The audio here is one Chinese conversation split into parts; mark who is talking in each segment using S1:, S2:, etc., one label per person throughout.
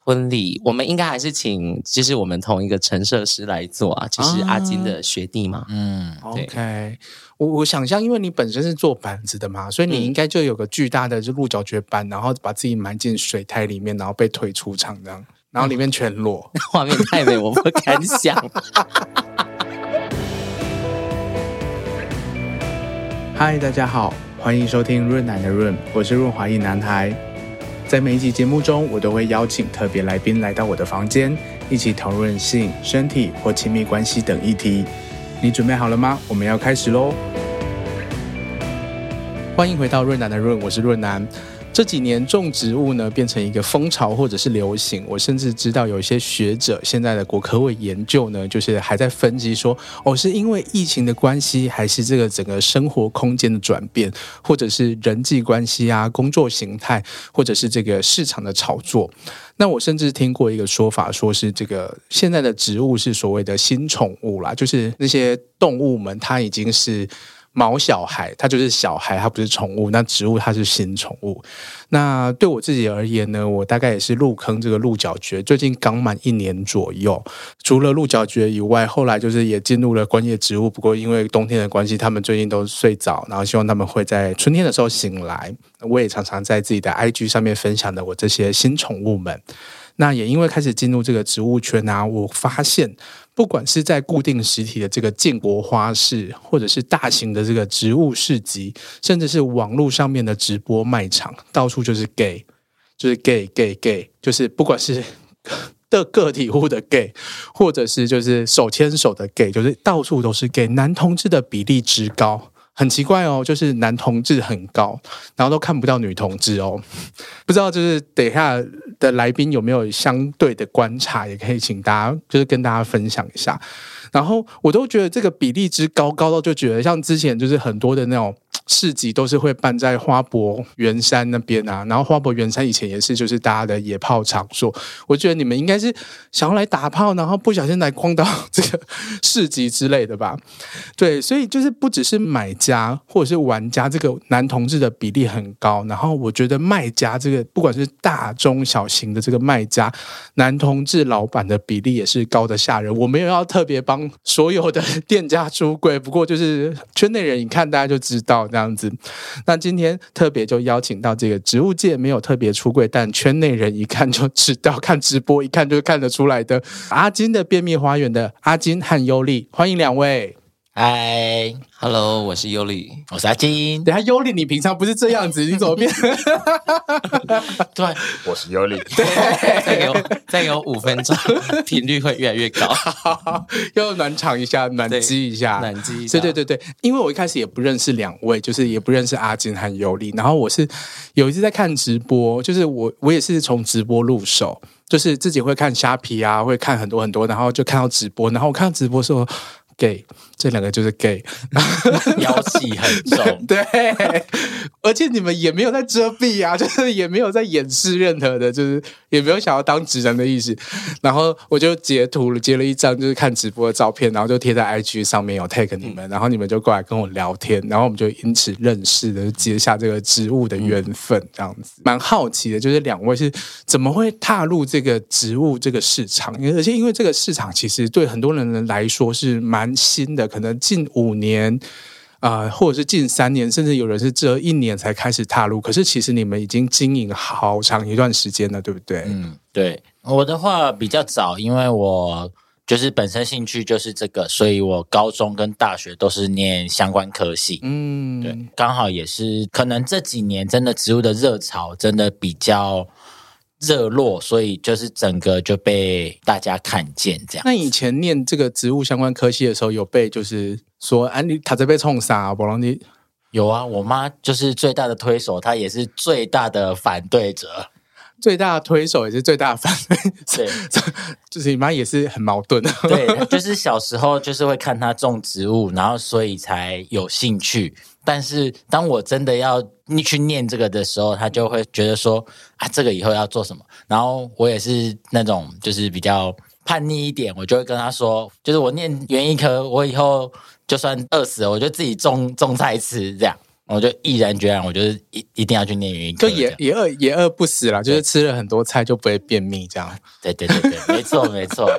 S1: 婚礼，我们应该还是请，就是我们同一个陈设师来做啊，就是阿金的学弟嘛。
S2: 嗯，
S1: 对
S3: OK，我我想象，因为你本身是做板子的嘛，所以你应该就有个巨大的就鹿角蕨板，然后把自己埋进水苔里面，然后被推出场这样，然后里面全裸。
S1: 画面太美，我不敢想。
S3: 嗨，大家好，欢迎收听润奶的润，我是润滑一男孩。在每一集节目中，我都会邀请特别来宾来到我的房间，一起讨论性、身体或亲密关系等议题。你准备好了吗？我们要开始喽！欢迎回到润南的润，我是润南。这几年种植物呢变成一个风潮或者是流行，我甚至知道有一些学者现在的国科会研究呢，就是还在分析说，哦，是因为疫情的关系，还是这个整个生活空间的转变，或者是人际关系啊、工作形态，或者是这个市场的炒作。那我甚至听过一个说法，说是这个现在的植物是所谓的新宠物啦，就是那些动物们它已经是。毛小孩，它就是小孩，它不是宠物。那植物它是新宠物。那对我自己而言呢，我大概也是入坑这个鹿角蕨，最近刚满一年左右。除了鹿角蕨以外，后来就是也进入了观叶植物。不过因为冬天的关系，他们最近都睡早，然后希望他们会在春天的时候醒来。我也常常在自己的 IG 上面分享的我这些新宠物们。那也因为开始进入这个植物圈啊，我发现不管是在固定实体的这个建国花市，或者是大型的这个植物市集，甚至是网络上面的直播卖场，到处就是 gay，就是 gay gay gay，就是不管是 的个体户的 gay，或者是就是手牵手的 gay，就是到处都是 gay，男同志的比例之高。很奇怪哦，就是男同志很高，然后都看不到女同志哦。不知道就是等一下的来宾有没有相对的观察，也可以请大家就是跟大家分享一下。然后我都觉得这个比例之高，高到就觉得像之前就是很多的那种市集都是会办在花博圆山那边啊，然后花博圆山以前也是就是大家的野炮场所。我觉得你们应该是想要来打炮，然后不小心来逛到这个市集之类的吧？对，所以就是不只是买家或者是玩家，这个男同志的比例很高。然后我觉得卖家这个，不管是大中小型的这个卖家，男同志老板的比例也是高的吓人。我没有要特别帮所有的店家出柜，不过就是圈内人一看大家就知道这样子。那今天特别就邀请到这个植物界没有特别出柜，但圈内人一看就知道，看直播一看就看得出来的阿金的便秘花园的阿金和优丽，欢迎两位。
S2: 嗨，
S1: Hello，我是尤里。
S2: 我是阿金。
S3: 等一下幽灵，你平常不是这样子，你怎么变？
S1: 对，啊
S2: 我是尤里。
S1: 再给我再给我五分 钟，频率会越来越高。
S2: 啊
S3: 要暖场一下，暖机一下，
S1: 暖机一下
S3: 对对对对，因为我一开始也不认识两位，就是也不认识阿金和尤里，然后我是有一次在看直播，就是我我也是从直播入手，就是自己会看虾皮啊，会看很多很多，然后就看到直播，然后我看到直播说 gay，这两个就是 gay，。
S2: 妖气很重
S3: 对， 而且你们也没有在遮蔽啊， 就是也没有在掩饰任何的，就是也没有想要当直男的意思。然后我就截图了，截了一张就是看直播的照片，然后就贴在 IG 上面有 tag 你们，然后你们就过来跟我聊天，然后我们就因此认识的，就结下这个植物的缘分，这样子。蛮好奇的，就是两位是怎么会踏入这个植物这个市场？因为而且因为这个市场其实对很多人来说是蛮新的，可能近五年。呃，或者是近三年，甚至有人是这一年才开始踏入。可是其实你们已经经营好长一段时间了，对不对？
S2: 嗯，对，我的话比较早，因为我就是本身兴趣就是这个，所以我高中跟大学都是念相关科系。
S3: 嗯，
S2: 对，刚好也是可能这几年真的植物的热潮真的比较热络，所以就是整个就被大家看见这样。
S3: 那以前念这个植物相关科系的时候，有被就是说，啊，你他在被冲杀，不让你
S2: 有啊，我妈就是最大的推手，她也是最大的反对者。
S3: 最大的推手也是最大的反对，
S2: 对
S3: 就是你妈也是很矛盾。
S2: 对，就是小时候就是会看她种植物，然后所以才有兴趣。但是当我真的要你去念这个的时候，她就会觉得说啊，这个以后要做什么。然后我也是那种就是比较叛逆一点，我就会跟她说，就是我念园艺科，我以后就算饿死了，我就自己种种菜吃这样。我就毅然决然，我就是一一定要去念语音
S3: 就
S2: 课这
S3: 也
S2: 样。
S3: 也饿也饿不死啦，就是吃了很多菜就不会便秘这样。
S2: 对对对对，没错没 错。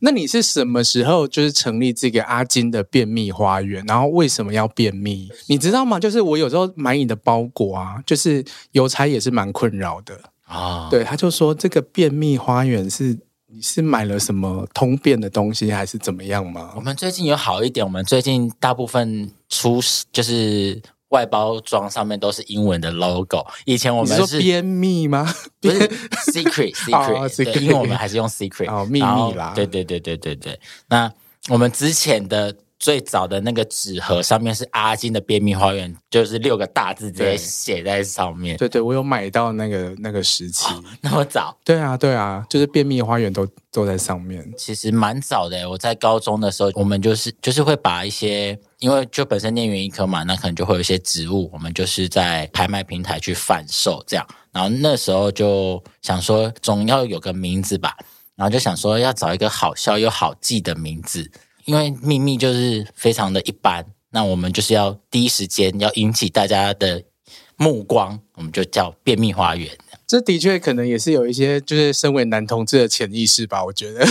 S3: 那你是什么时候就是成立这个阿金的便秘花园？然后为什么要便秘？你知道吗？就是我有时候买你的包裹啊，就是邮差也是蛮困扰的。
S2: 啊、
S3: 对，他就说这个便秘花园是你是买了什么通便的东西，还是怎么样
S2: 我
S3: 吗？
S2: 们最近有好一点，我们最近大部分出就是外包装上面都是英文的 logo。以前我
S3: 你
S2: 们
S3: 说
S2: 是
S3: 便秘吗？
S2: 不是 secret
S3: 哦
S2: secret，
S3: secret
S2: 对，因为我们还是用 secret
S3: 哦秘密
S2: 然后
S3: 啦
S2: 对对对对对对。那我们之前的最早的那个纸盒上面是阿金的便秘花园，就是六个大字直
S3: 对
S2: 接写在上 面，
S3: 对对，我有买到那个那个时期。
S2: 那么早。
S3: 对啊，对啊，就是便秘花园都都在上面。
S2: 其实蛮早的欸，我在高中的时候，我们就是就是会把一些，因为就本身念园艺科嘛，那可能就会有一些植物，我们就是在拍卖平台去贩售这样。然后那时候就想说，总要有个名字吧，然后就想说要找一个好笑又好记的名字，因为秘密就是非常的一般，那我们就是要第一时间要引起大家的目光，我们就叫便秘花园。
S3: 这的确可能也是有一些，就是身为男同志的潜意识吧，我觉得。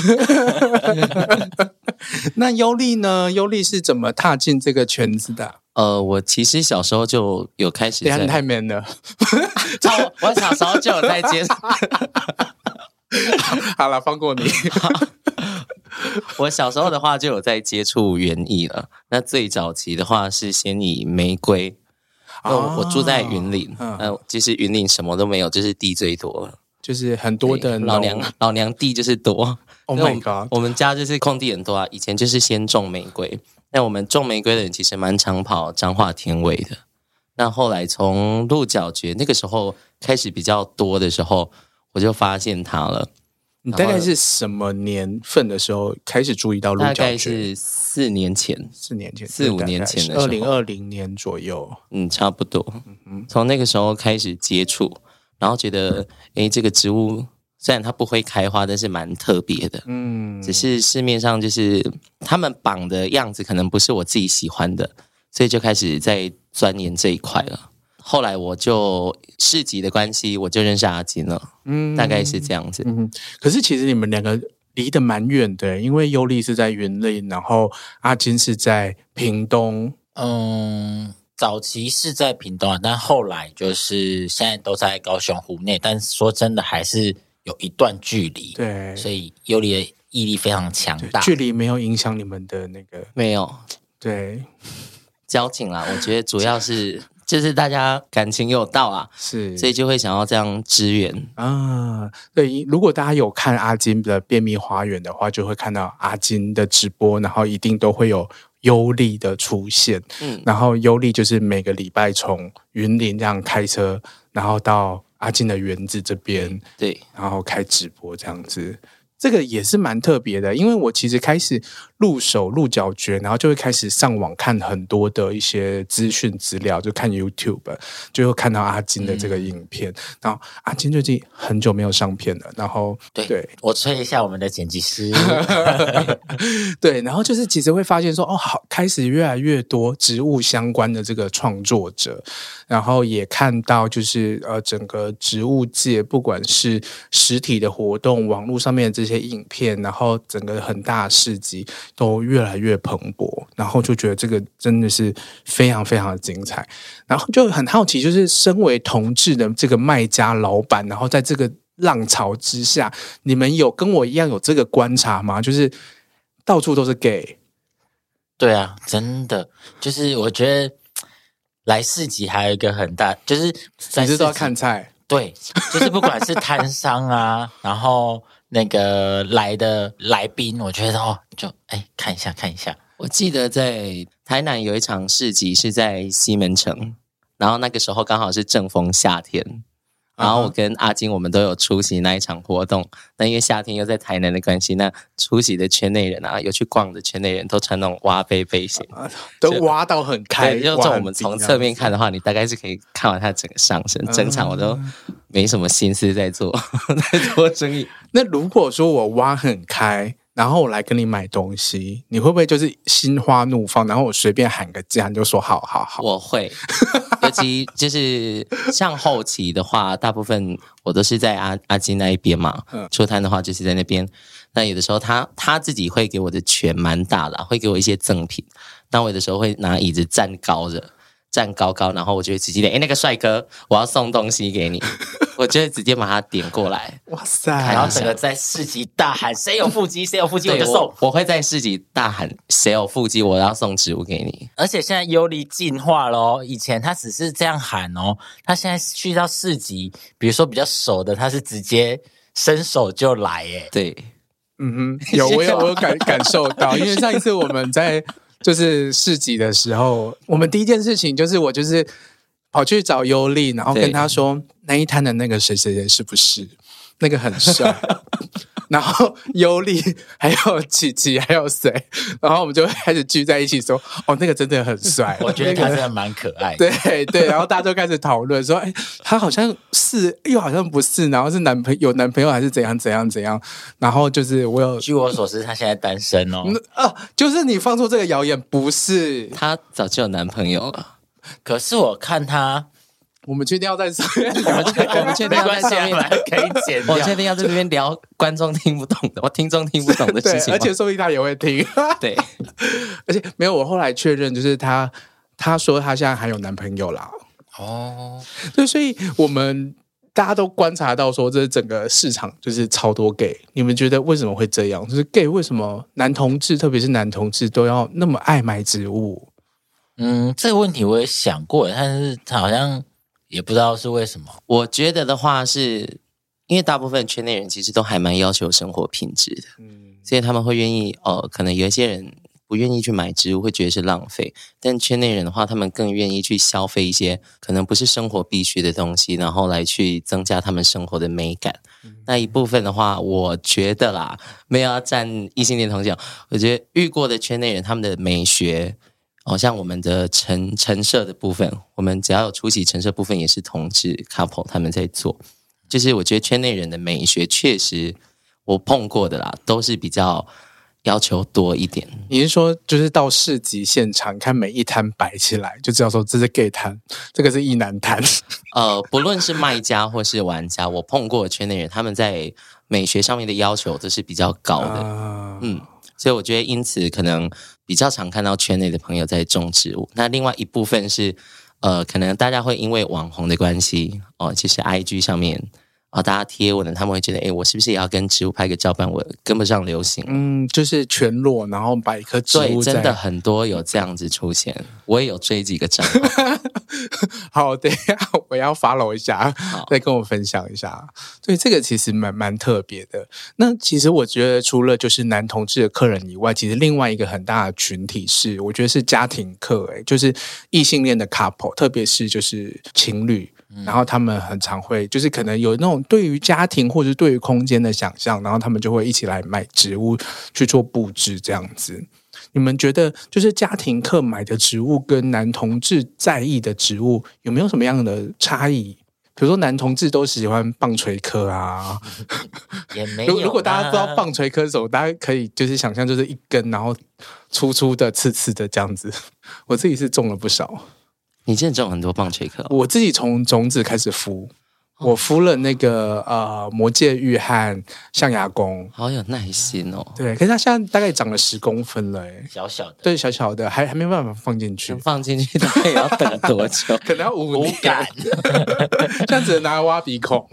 S3: 那尤利呢？尤利是怎么踏进这个圈子的？
S1: 呃，我其实小时候就有开始
S3: 等
S2: 啊
S3: 一下你
S1: 在，
S3: 太 man 了。
S1: 哦我小时候就有在接触，
S3: 好了，放过 你。
S1: 我小时候的话就有在接触园艺了。那最早期的话是先以玫瑰，那我我住在云林，
S3: 嗯
S1: 呃，其实云林什么都没有，就是地最多，
S3: 就是很多的
S1: 哎老
S3: 农
S1: 娘老娘地就是多。
S3: Oh
S1: 那我
S3: my
S1: 们
S3: god！
S1: 我们家就是空地很多啊，以前就是先种玫瑰。那我们种玫瑰的人其实蛮常跑彰化田尾的。那后来从鹿角蕨那个时候开始比较多的时候，我就发现它了。
S3: 你大概是什么年份的时候开始注意到鹿
S1: 大
S3: 角
S1: 概
S3: 蕨？
S1: 是四年前，
S3: 四年前，
S1: 四五年前的时
S3: 二
S1: 候
S3: 零二零年左右。
S1: 嗯，差不多。从那个时候开始接触，然后觉得，诶，这个植物虽然它不会开花，但是蛮特别的。
S3: 嗯，
S1: 只是市面上就是他们绑的样子，可能不是我自己喜欢的，所以就开始在钻研这一块了。后来我就市集的关系，我就认识阿金了，
S3: 嗯
S1: 大概是这样子。
S3: 可是其实你们两个离得蛮远的，欸因为尤利是在云林，然后阿金是在屏东。
S2: 嗯，早期是在屏东啊，但后来就是现在都在高雄湖内，但是说真的还是有一段距离，
S3: 对，
S2: 所以尤里的毅力非常强大。
S3: 距离没有影响你们的那个。
S1: 没有
S3: 对，
S1: 交情啦，我觉得主要是就是大家感情有到啊，
S3: 是。
S1: 所以就会想要这样支援。
S3: 啊，对，如果大家有看阿金的《便秘花园》的话，就会看到阿金的直播，然后一定都会有尤利的出现。
S1: 嗯，
S3: 然后尤利就是每个礼拜从云林这样开车，然后到阿金的园子这边，
S1: 对，
S3: 然后开直播这样子。这个也是蛮特别的，因为我其实开始入手鹿角蕨，然后就会开始上网看很多的一些资讯资料，就看 YouTube，就会看到阿金的这个影片。然后阿金最近很久没有上片了，然后
S2: 对我吹一下我们的剪 辑师，
S3: 对，然后就是其实会发现说，哦，好，开始越来越多植物相关的这个创作者，然后也看到就是呃，整个植物界不管是实体的活动、网络上面的这些影片，然后整个很大的市集都越来越蓬勃，然后就觉得这个真的是非常非常的精彩，然后就很好奇，就是身为同志的这个卖家老板，然后在这个浪潮之下，你们有跟我一样有这个观察吗？就是到处都是 gay，
S2: 对啊，真的就是我觉得来市集还有一个很大，就是在
S3: 你是
S2: 市
S3: 都要
S2: 集
S3: 看菜
S2: 对，就是不管是摊商啊，然后那个来的来宾，我觉得哦，就哎看一下看一下，
S1: 我记得在台南有一场市集是在西门城，然后那个时候刚好是正逢夏天，然
S3: 嗯
S1: 后我跟阿金我们都有出席那一场活动。那因为夏天又在台南的关系，那出席的圈内人啊，有去逛的圈内人都穿那种挖背背心。
S3: 啊，都挖到很 开，
S1: 对，就
S3: 挖
S1: 从
S3: 很
S1: 我们
S3: 低
S1: 从
S3: 这
S1: 侧
S3: 样
S1: 面看的话，你大概是可以看完他整个上身，整场我都
S3: 嗯
S1: 没什么心思在做 在做生意。
S3: 那如果说我挖很开，然后我来跟你买东西，你会不会就是心花怒放，然后我随便喊个价你就说好好好？
S1: 我会， 尤其就是像后期的话，大部分我都是在阿阿金那一边嘛
S3: 嗯，
S1: 出摊的话就是在那边。那有的时候他他自己会给我的权蛮大啦，会给我一些赠品。那我有的时候会拿椅子站高着，站高高，然后我就会直接点，哎、那个帅哥，我要送东西给 你，我就会直接把他点过来。
S3: 哇塞，
S2: 然后整个在市集大喊：“谁有腹 肌，谁有腹啊肌，我
S1: 对，
S2: 就送
S1: 我。我会在市集大喊：“谁有腹肌，我要送植物给你。””
S2: 而且现在游离进化喽，以前他只是这样喊哦，他现在去到市集，比如说比较熟的，他是直接伸手就来 耶。
S1: 对，
S3: 嗯 哼，有我有我有感感受到，因为上一次我们在就是市集的时候，我们第一件事情就是我就是跑去找尤丽，然后跟
S1: 对
S3: 她说那一摊的那个谁谁谁是不是那个很 帅。然后尤丽还有琪琪还有谁，然后我们就开始聚在一起说，哦，那个真的很帅，
S2: 我觉得
S3: 那个
S2: 他真的蛮可爱的。
S3: 对对，然后大家就开始讨论说，哎，他好像是，又好像不是，然后是男朋有男朋友还是怎样怎样怎样，然后就是我有，
S2: 据我所知，他现在单身哦。
S3: 啊，就是你放出这个谣言，不是，
S1: 她早就有男朋友了。
S2: 可是我看他，
S3: 我们确定要在上面，我们确我们确
S2: 没
S3: 定要
S2: 关
S3: 在
S2: 系
S3: 上
S2: 啊，
S3: 面。
S2: 本来可以剪掉
S1: 我。确定要在这边聊观众听不懂的，我 听众听不懂的
S3: 对
S1: 事，情吗。
S3: 而且说不定他也会听，
S1: 对，
S3: 而且没有。我后来确认，就是他，他说他现在还有男朋友啦。
S2: 哦，
S3: 对，所以我们大家都观察到说，这整个市场就是超多 gay。你们觉得为什么会这样？就是 gay 为什么男同志，特别是男同志都要那么爱买植物？
S2: 嗯，这个问题我也想过，但是他好像也不知道是为什么。
S1: 我觉得的话是，因为大部分圈内人其实都还蛮要求生活品质的，
S3: 嗯，
S1: 所以他们会愿意哦，可能有一些人不愿意去买植物，会觉得是浪费。但圈内人的话，他们更愿意去消费一些可能不是生活必须的东西，然后来去增加他们生活的美感。
S3: 嗯
S1: 那一部分的话，我觉得啦，没有要占异性恋同性，我觉得遇过的圈内人，他们的美学，哦，像我们的陈陈设的部分，我们只要有出席陈设部分，也是同志 couple 他们在做。就是我觉得圈内人的美学确实，我碰过的啦，都是比较要求多一点。
S3: 你是说就是到市集现场看每一摊摆起来，就知道说这是 gay 摊，这个是异男摊。
S1: 呃，不论是卖家或是玩家，我碰过的圈内人，他们在美学上面的要求都是比较高的。
S3: 啊
S1: 嗯，所以我觉得因此可能比较常看到圈内的朋友在种植物。那另外一部分是，呃，可能大家会因为网红的关系，哦，其实 IG 上面啊、哦大家贴文的，他们会觉得，哎，我是不是也要跟植物拍个照，不然我跟不上流行？
S3: 嗯，就是全裸，然后摆一棵植
S1: 对，
S3: 物在。
S1: 真的很多有这样子出现，我也有追几个账号。
S3: 好，等一下 我要 follow 一下
S1: 好，
S3: 再跟我分享一下。对，这个其实蛮蛮特别的。那其实我觉得，除了就是男同志的客人以外，其实另外一个很大的群体是，我觉得是家庭客、欸，就是异性恋的 couple，特别是就是情侣。
S1: 嗯
S3: 然后他们很常会，就是可能有那种对于家庭或者对于空间的想象，然后他们就会一起来买植物去做布置这样子。你们觉得就是家庭课买的植物跟男同志在意的植物有没有什么样的差异？比如说男同志都喜欢棒槌科啊，
S2: 也没有啊
S3: 如
S2: 啦。
S3: 如果大家不知道棒槌科是什么，大家可以就是想象就是一根，然后粗粗的、刺刺的这样子。我自己是种了不
S2: 哦
S3: 少，
S1: 你真的中很多棒槌课哦、
S3: 我自己从种子开始敷，
S2: 哦
S3: 我敷了那个呃魔界玉和象牙宫，
S1: 好有耐心哦。
S3: 对，可是它现在大概长了十公分了、欸，
S2: 小小的，
S3: 对，小小的，还还没办法放进去
S1: 能。放进去大概也要等多久？
S3: 可能要五
S2: 无
S3: 年
S2: 感，
S3: 这样只能拿来挖鼻孔。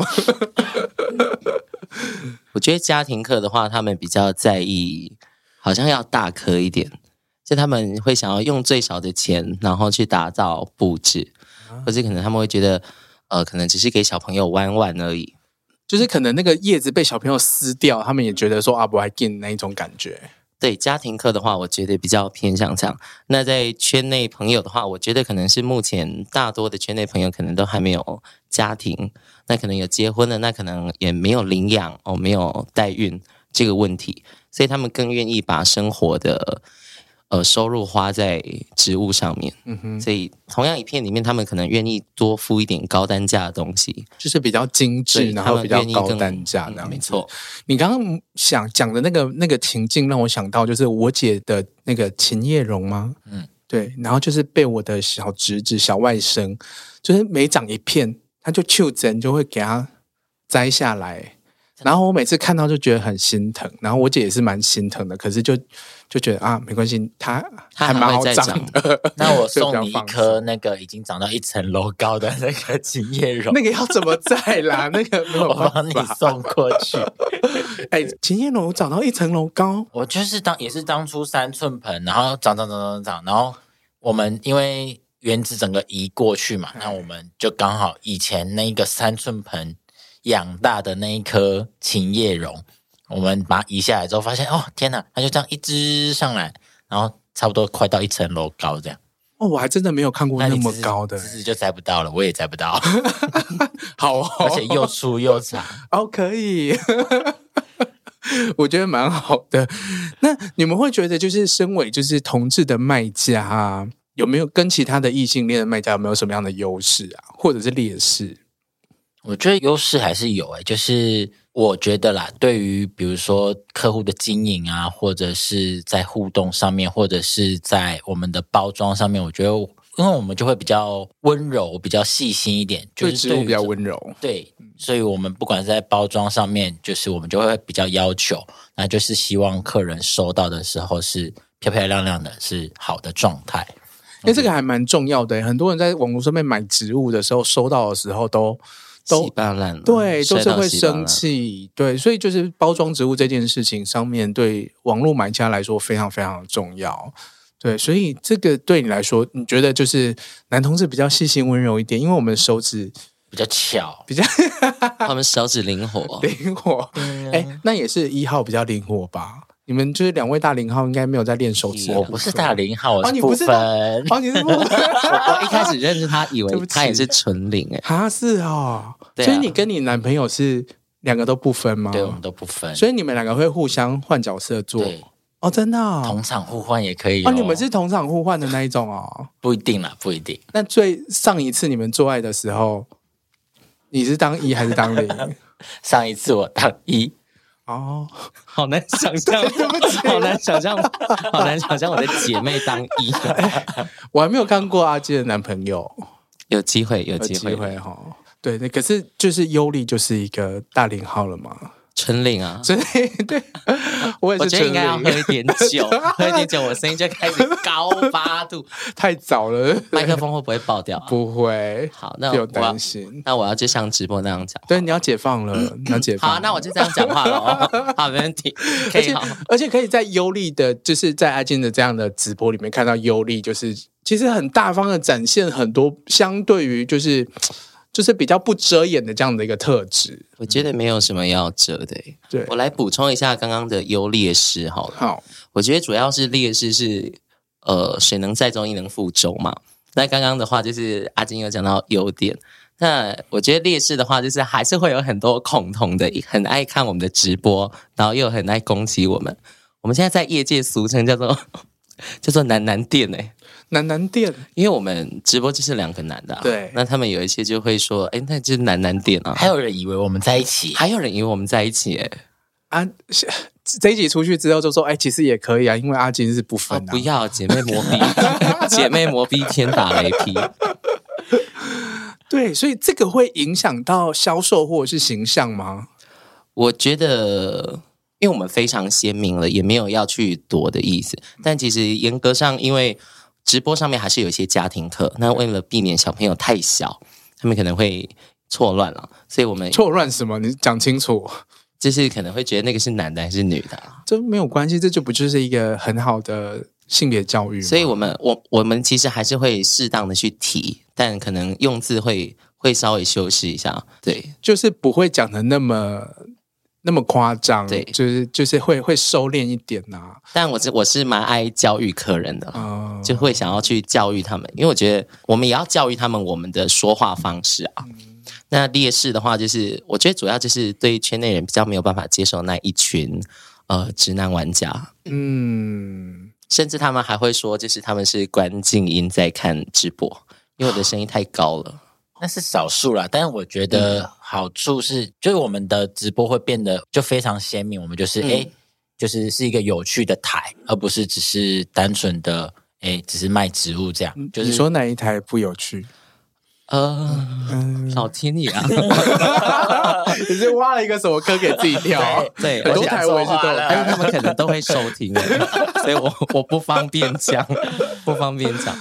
S1: 我觉得家庭课的话，他们比较在意，好像要大颗一点，就他们会想要用最少的钱，然后去打造布置，或者可能他们会觉得，呃，可能只是给小朋友玩玩而已。
S3: 就是可能那个叶子被小朋友撕掉，他们也觉得说啊不还劲那一种感觉。
S1: 对家庭课的话，我觉得比较偏向这样。那在圈内朋友的话，我觉得可能是目前大多的圈内朋友可能都还没有家庭，那可能有结婚的，那可能也没有领养哦，没有代孕这个问题，所以他们更愿意把生活的呃收入花在植物上面。
S3: 嗯哼，
S1: 所以同样一片里面，他们可能愿意多付一点高单价的东西，
S3: 就是比较精致，
S1: 对
S3: 然
S1: 他
S3: 后
S1: 们
S3: 比较
S1: 愿意
S3: 高
S1: 更
S3: 单价那样、
S1: 嗯没。错，
S3: 你刚刚想讲的那个那个情境，让我想到就是我姐的那个秦叶榕吗？嗯
S2: 嗯，
S3: 对，然后就是被我的小侄子、小外甥，就是每长一片，他就就针就会给他摘下来。然后我每次看到就觉得很心疼，然后我姐也是蛮心疼的，可是就就觉得啊，没关系，它
S1: 它
S3: 还
S1: 还
S3: 蛮
S1: 会
S3: 好
S1: 再
S3: 长
S1: 长
S3: 的。
S2: 那我
S3: 所以比较
S2: 送你一
S3: 放
S2: 颗
S3: 心，
S2: 那个已经长到一层楼高的那个琴叶 榕，
S3: 那个要怎么摘啦？那个没有
S2: 我
S3: 办
S2: 帮你
S3: 法。
S2: 送过去。
S3: 哎，秦叶楼长到一层楼高，
S2: 我就是当也是当初三寸盆，然后长长长长长，然后我们因为原子整个移过去
S3: 嗯
S2: 嘛，那我们就刚好以前那个三寸盆养大的那一棵琴叶榕，我们把它移下来之后，发现哦天哪，它就这样一直上来，然后差不多快到一层楼高这样。
S3: 哦，我还真的没有看过
S2: 那
S3: 那
S2: 你
S3: 么
S2: 只是
S3: 高的
S2: 只。是就摘不到了，我也摘不 到，
S3: 好哦，
S2: 而且又粗又长。
S3: 哦，可以， 我觉得蛮好的。那你们会觉得，就是身为就是同志的卖家啊，有没有跟其他的异性恋的卖家有没有什么样的优势啊，或者是劣势？
S2: 我觉得优势还是有诶、欸就是我觉得啦，对于比如说客户的经营啊，或者是在互动上面，或者是在我们的包装上面，我觉得因为我们就会比较温柔，比较细心一点，就
S3: 对
S2: 是
S3: 植
S2: 对
S3: 物
S2: 于
S3: 比较
S2: 这
S3: 温嗯柔，
S2: 对，所以我们不管是在包装上面，就是我们就会比较要求，那就是希望客人收到的时候是漂漂亮亮的，是好的状态。
S3: 因为这个还蛮重要的。很多人在网络上面买植物的时候，收到的时候都
S1: 稀
S3: 都
S1: 巴烂了，
S2: 嗯
S3: 对，都
S1: 摔
S3: 是
S1: 到
S3: 会
S1: 稀巴
S3: 生
S1: 烂
S3: 气。对，所以就是包装植物这件事情上面，对网络买家来说非常非常的重要。对，所以这个对你来说，你觉得就是男同志比较细心温柔一点，因为我们手指，
S2: 比较巧，
S1: 他们手指灵活
S2: 哦
S3: 灵活。
S2: 啊
S3: 哎、那也是一号比较灵活吧？你们就是两位大零号，应该没有在练手指。
S2: 我不是大零号，我
S3: 哦你
S2: 是
S3: 不
S2: 部
S3: 是
S2: 分。
S3: 大 哦，你是 不
S1: 我一开始认识他，以
S3: 对不
S1: 为
S3: 起
S1: 他也是纯零哎，
S3: 哈是哦，
S1: 对啊
S3: 所以你跟你男朋友是两个都不分吗？
S2: 对，我们都不分，
S3: 嗯所以你们两个会互相换角色做
S2: 对
S3: 哦，真的哦、
S2: 同场互换也可以
S3: 哦，你们是同场互换的那一种哦。
S2: 不一定啦，不一定。
S3: 那最上一次你们做爱的时候，你是当一还是当零？
S2: 上一次我当一，
S3: 哦，
S1: 好难想 象，好难想象，好难想象我的姐妹当一，啊
S3: 我还没有看过阿基的男朋友，
S1: 有机会，有
S3: 有
S1: 机
S3: 机
S1: 会，
S3: 会哈。对，那可是就是优丽就是一个大零号了嘛，
S1: 纯零啊。
S3: 所以 对我也
S1: 我
S3: 是
S1: 觉得
S3: 纯
S1: 应该要喝
S3: 零，
S1: 一点酒，喝一点酒，我声音就开始高八度，
S3: 太早了，
S1: 麦克风会不会爆掉啊？
S3: 不会，
S1: 好，那
S3: 有
S1: 我要
S3: 担心。
S1: 那我要就像直播那样讲。
S3: 对，你要解放了，你要解放。
S1: 好，那我就这样讲话了哦。好，没问题，可
S3: 而
S1: 以
S3: 且
S1: 好。
S3: 而且可以在优丽的，就是在阿金的这样的直播里面看到优丽，就是其实很大方的展现很多相对于就是就是比较不遮掩的这样的一个特质。
S1: 我觉得没有什么要遮的欸。
S3: 对
S1: 我，来补充一下刚刚的优劣势好了。
S3: 好，
S1: 我觉得主要是劣势是，呃，水能载舟，亦能覆舟嘛。那刚刚的话就是阿金有讲到优点，那我觉得劣势的话就是还是会有很多恐同的，很爱看我们的直播，然后又很爱攻击我们。我们现在在业界俗称叫做 叫做男男店哎、
S3: 男男店
S1: 因为我们直播就是两个男的、啊，
S3: 对
S1: 那他们有一些就会说，哎，那就是男男店啊。
S2: 还有人以为我们在一起，
S1: 还有人以为我们在一起、哎，
S3: 啊，是这一集出去之后就说，哎、其实也可以啊，因为阿金是不
S1: 啊
S3: 分、啊
S1: 不要姐妹磨逼， 姐妹磨逼天打雷劈。
S3: 对，所以这个会影响到销售或者是形象吗？
S1: 我觉得，因为我们非常鲜明了，也没有要去躲的意思。但其实严格上，因为直播上面还是有一些家庭课，那为了避免小朋友太小，他们可能会错乱了，所以我们
S3: 错乱什么？你讲清楚，
S1: 就是可能会觉得那个是男的还是女的啊。
S3: 这没有关系，这就不就是一个很好的性别教育吗？
S1: 所以我们我我们其实还是会适当的去提，但可能用字会会稍微修饰一下。对
S3: 就是不会讲的那么那么夸张，
S1: 对
S3: 就是就是会会收敛一点啊呐、
S1: 但我是我是蛮爱教育客人的啦，
S3: 啊，
S1: 就会想要去教育他们，因为我觉得我们也要教育他们我们的说话方式啊。那劣势的话，就是我觉得主要就是对于圈内人比较没有办法接受那一群呃直男玩家，
S3: 嗯，
S1: 甚至他们还会说，就是他们是关静音在看直播，因为我的声音太高了。
S2: 那是少数啦。但是我觉
S3: 嗯
S2: 得好处是，就是我们的直播会变得就非常鲜明，我们就是
S1: 嗯
S2: 诶，就是是一个有趣的台，而不是只是单纯的哎，只是卖植物这样，就是
S3: 你说哪一台不有趣？
S1: 呃，老天爷啊！
S3: 你是挖了一个什么坑给自己跳？
S1: 对，
S3: 很
S1: 而
S3: 多
S1: 且
S3: 台我也是都有
S1: 还有他
S3: 看。
S1: 们可能都会收听，所以我我不方便讲，不方便讲。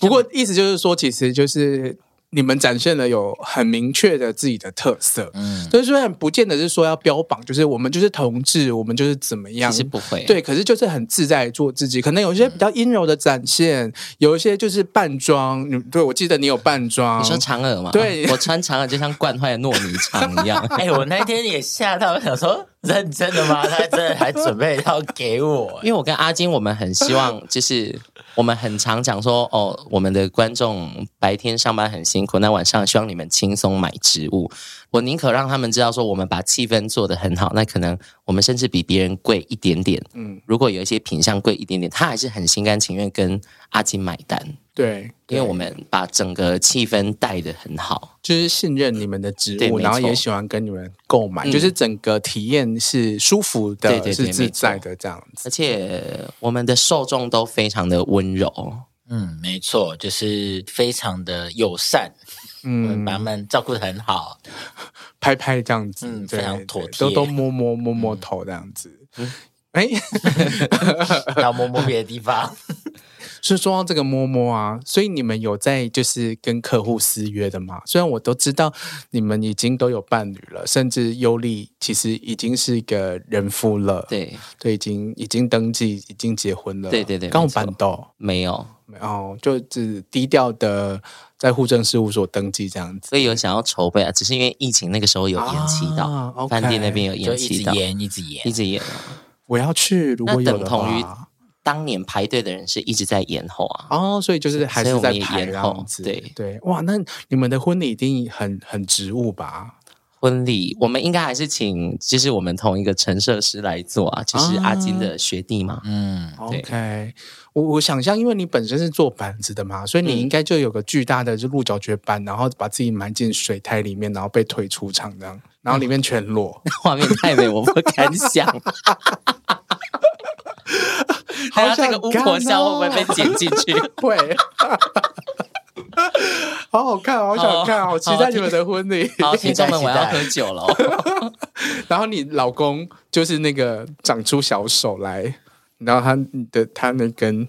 S3: 不过意思就是说，其实就是你们展现了有很明确的自己的特色。
S2: 嗯，
S3: 所以虽然不见得是说要标榜，就是我们就是同志，我们就是怎么样
S1: 其，实不会，，啊
S3: 对，可是就是很自在地做自己。可能有一些比
S1: 嗯
S3: 较阴柔的展现，有一些就是扮装。你对我记得你有扮装，
S1: 你说嫦娥嘛？
S3: 对
S1: 我穿嫦娥就像惯坏的糯米肠一样。
S2: 哎、我那天也吓到，我想说认真的吗？他真的还准备要给我、
S1: 因为我跟阿金，我们很希望，就是我们很常讲说，哦，我们的观众白天上班很辛苦，那晚上希望你们轻松买植物。我宁可让他们知道说，我们把气氛做得很好，那可能我们甚至比别人贵一点点。
S3: 嗯，
S1: 如果有一些品相贵一点点，他还是很心甘情愿跟阿金买单，
S3: 对，
S1: 因为我们把整个气氛带得很好。
S3: 就是信任你们的职
S1: 对
S3: 务，
S1: 没
S3: 然后也
S1: 错
S3: 喜欢跟你们购买，
S1: 嗯
S3: 就是整个体验是舒服的，
S1: 对对对
S3: 是自
S1: 没错
S3: 在的这样
S1: 而
S3: 子。
S1: 且我们的受众都非常的温柔，
S2: 嗯，没错，就是非常的友善，嗯，
S3: 嗯，
S2: 把他们照顾得很好。
S3: 拍拍这样子，
S2: 嗯
S3: 对
S2: 非常妥
S3: 对
S2: 帖
S3: 都都摸摸摸摸
S1: 嗯
S3: 头这样子。哎、
S2: 要摸摸别的 地方，
S3: 所以说到这个摸摸啊，所以你们有在就是跟客户私约的吗？虽然我都知道你们已经都有伴侣了，甚至尤利其实已经是一个人夫了，
S1: 对，
S3: 对，已经已经登记，已经结婚了，
S1: 对对对
S3: 刚有
S1: 没错
S3: 办到
S1: 没有，
S3: 哦，就只低调的在户政事务所登记这样子。
S1: 所以有想要筹备啊，只是因为疫情那个时候有延期到，
S3: 啊，OK
S1: 饭店那边有延
S2: 就一
S1: 期
S2: 直
S1: 到，
S2: 演，一直演
S1: 一。直延啊。
S3: 我要去，如果
S1: 那
S3: 有
S1: 等
S3: 的
S1: 同于
S3: 话，
S1: 当年排队的人是一直在延后啊，
S3: 哦，所以就是还是
S1: 所
S3: 在
S1: 以我们
S3: 排
S1: 也
S3: 这
S1: 延后
S3: 样子，
S1: 对
S3: 对，哇，那你们的婚礼一定很很植物吧？
S1: 婚礼我们应该还是请，就是我们同一个陈设师来做啊，就是阿金的学弟嘛。
S2: 嗯，
S1: 对
S3: OK，我我想象，因为你本身是做板子的嘛，所以你
S1: 嗯
S3: 应该就有个巨大的就鹿角蕨板，然后把自己埋进水苔里面，然后被推出场这样，然后里
S1: 嗯
S3: 面全 裸。
S1: 画面太美，我不敢想。 还有那个巫婆笑会不会
S3: 哦
S1: 被剪进去？
S3: 会，好好看，好想看，好期待你们的婚礼。
S1: 好，听众们，
S2: 期
S1: 我
S2: 待
S1: 要喝酒了哦。
S3: 然后你老公就是那个长出小手来，然后他你的他那根，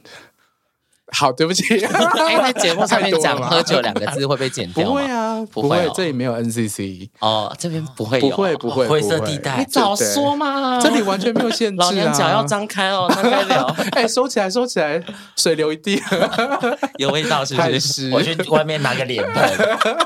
S3: 好，对 不起，
S1: 哎，在节目上面
S3: 太多了
S1: 讲“
S3: 吧
S1: 喝酒”两个字会被剪掉吗？
S3: 不会啊，
S1: 不
S3: 不
S1: 会
S3: 会
S1: 哦，
S3: 这里没有 NCC，
S1: 哦，这边不会有
S3: 不
S1: 啊，
S3: 会，不会，
S2: 灰色
S3: 不会
S2: 地带
S1: 你早说嘛！
S3: 这里完全没有限制、
S1: 嗯
S3: 啊，
S1: 老娘脚要张开哦，张开 聊，
S3: 哎、收起来，收起来，水流一地，
S1: 有味道是不
S3: 太
S1: 是？
S3: 湿。
S2: 我去外面拿个脸盆，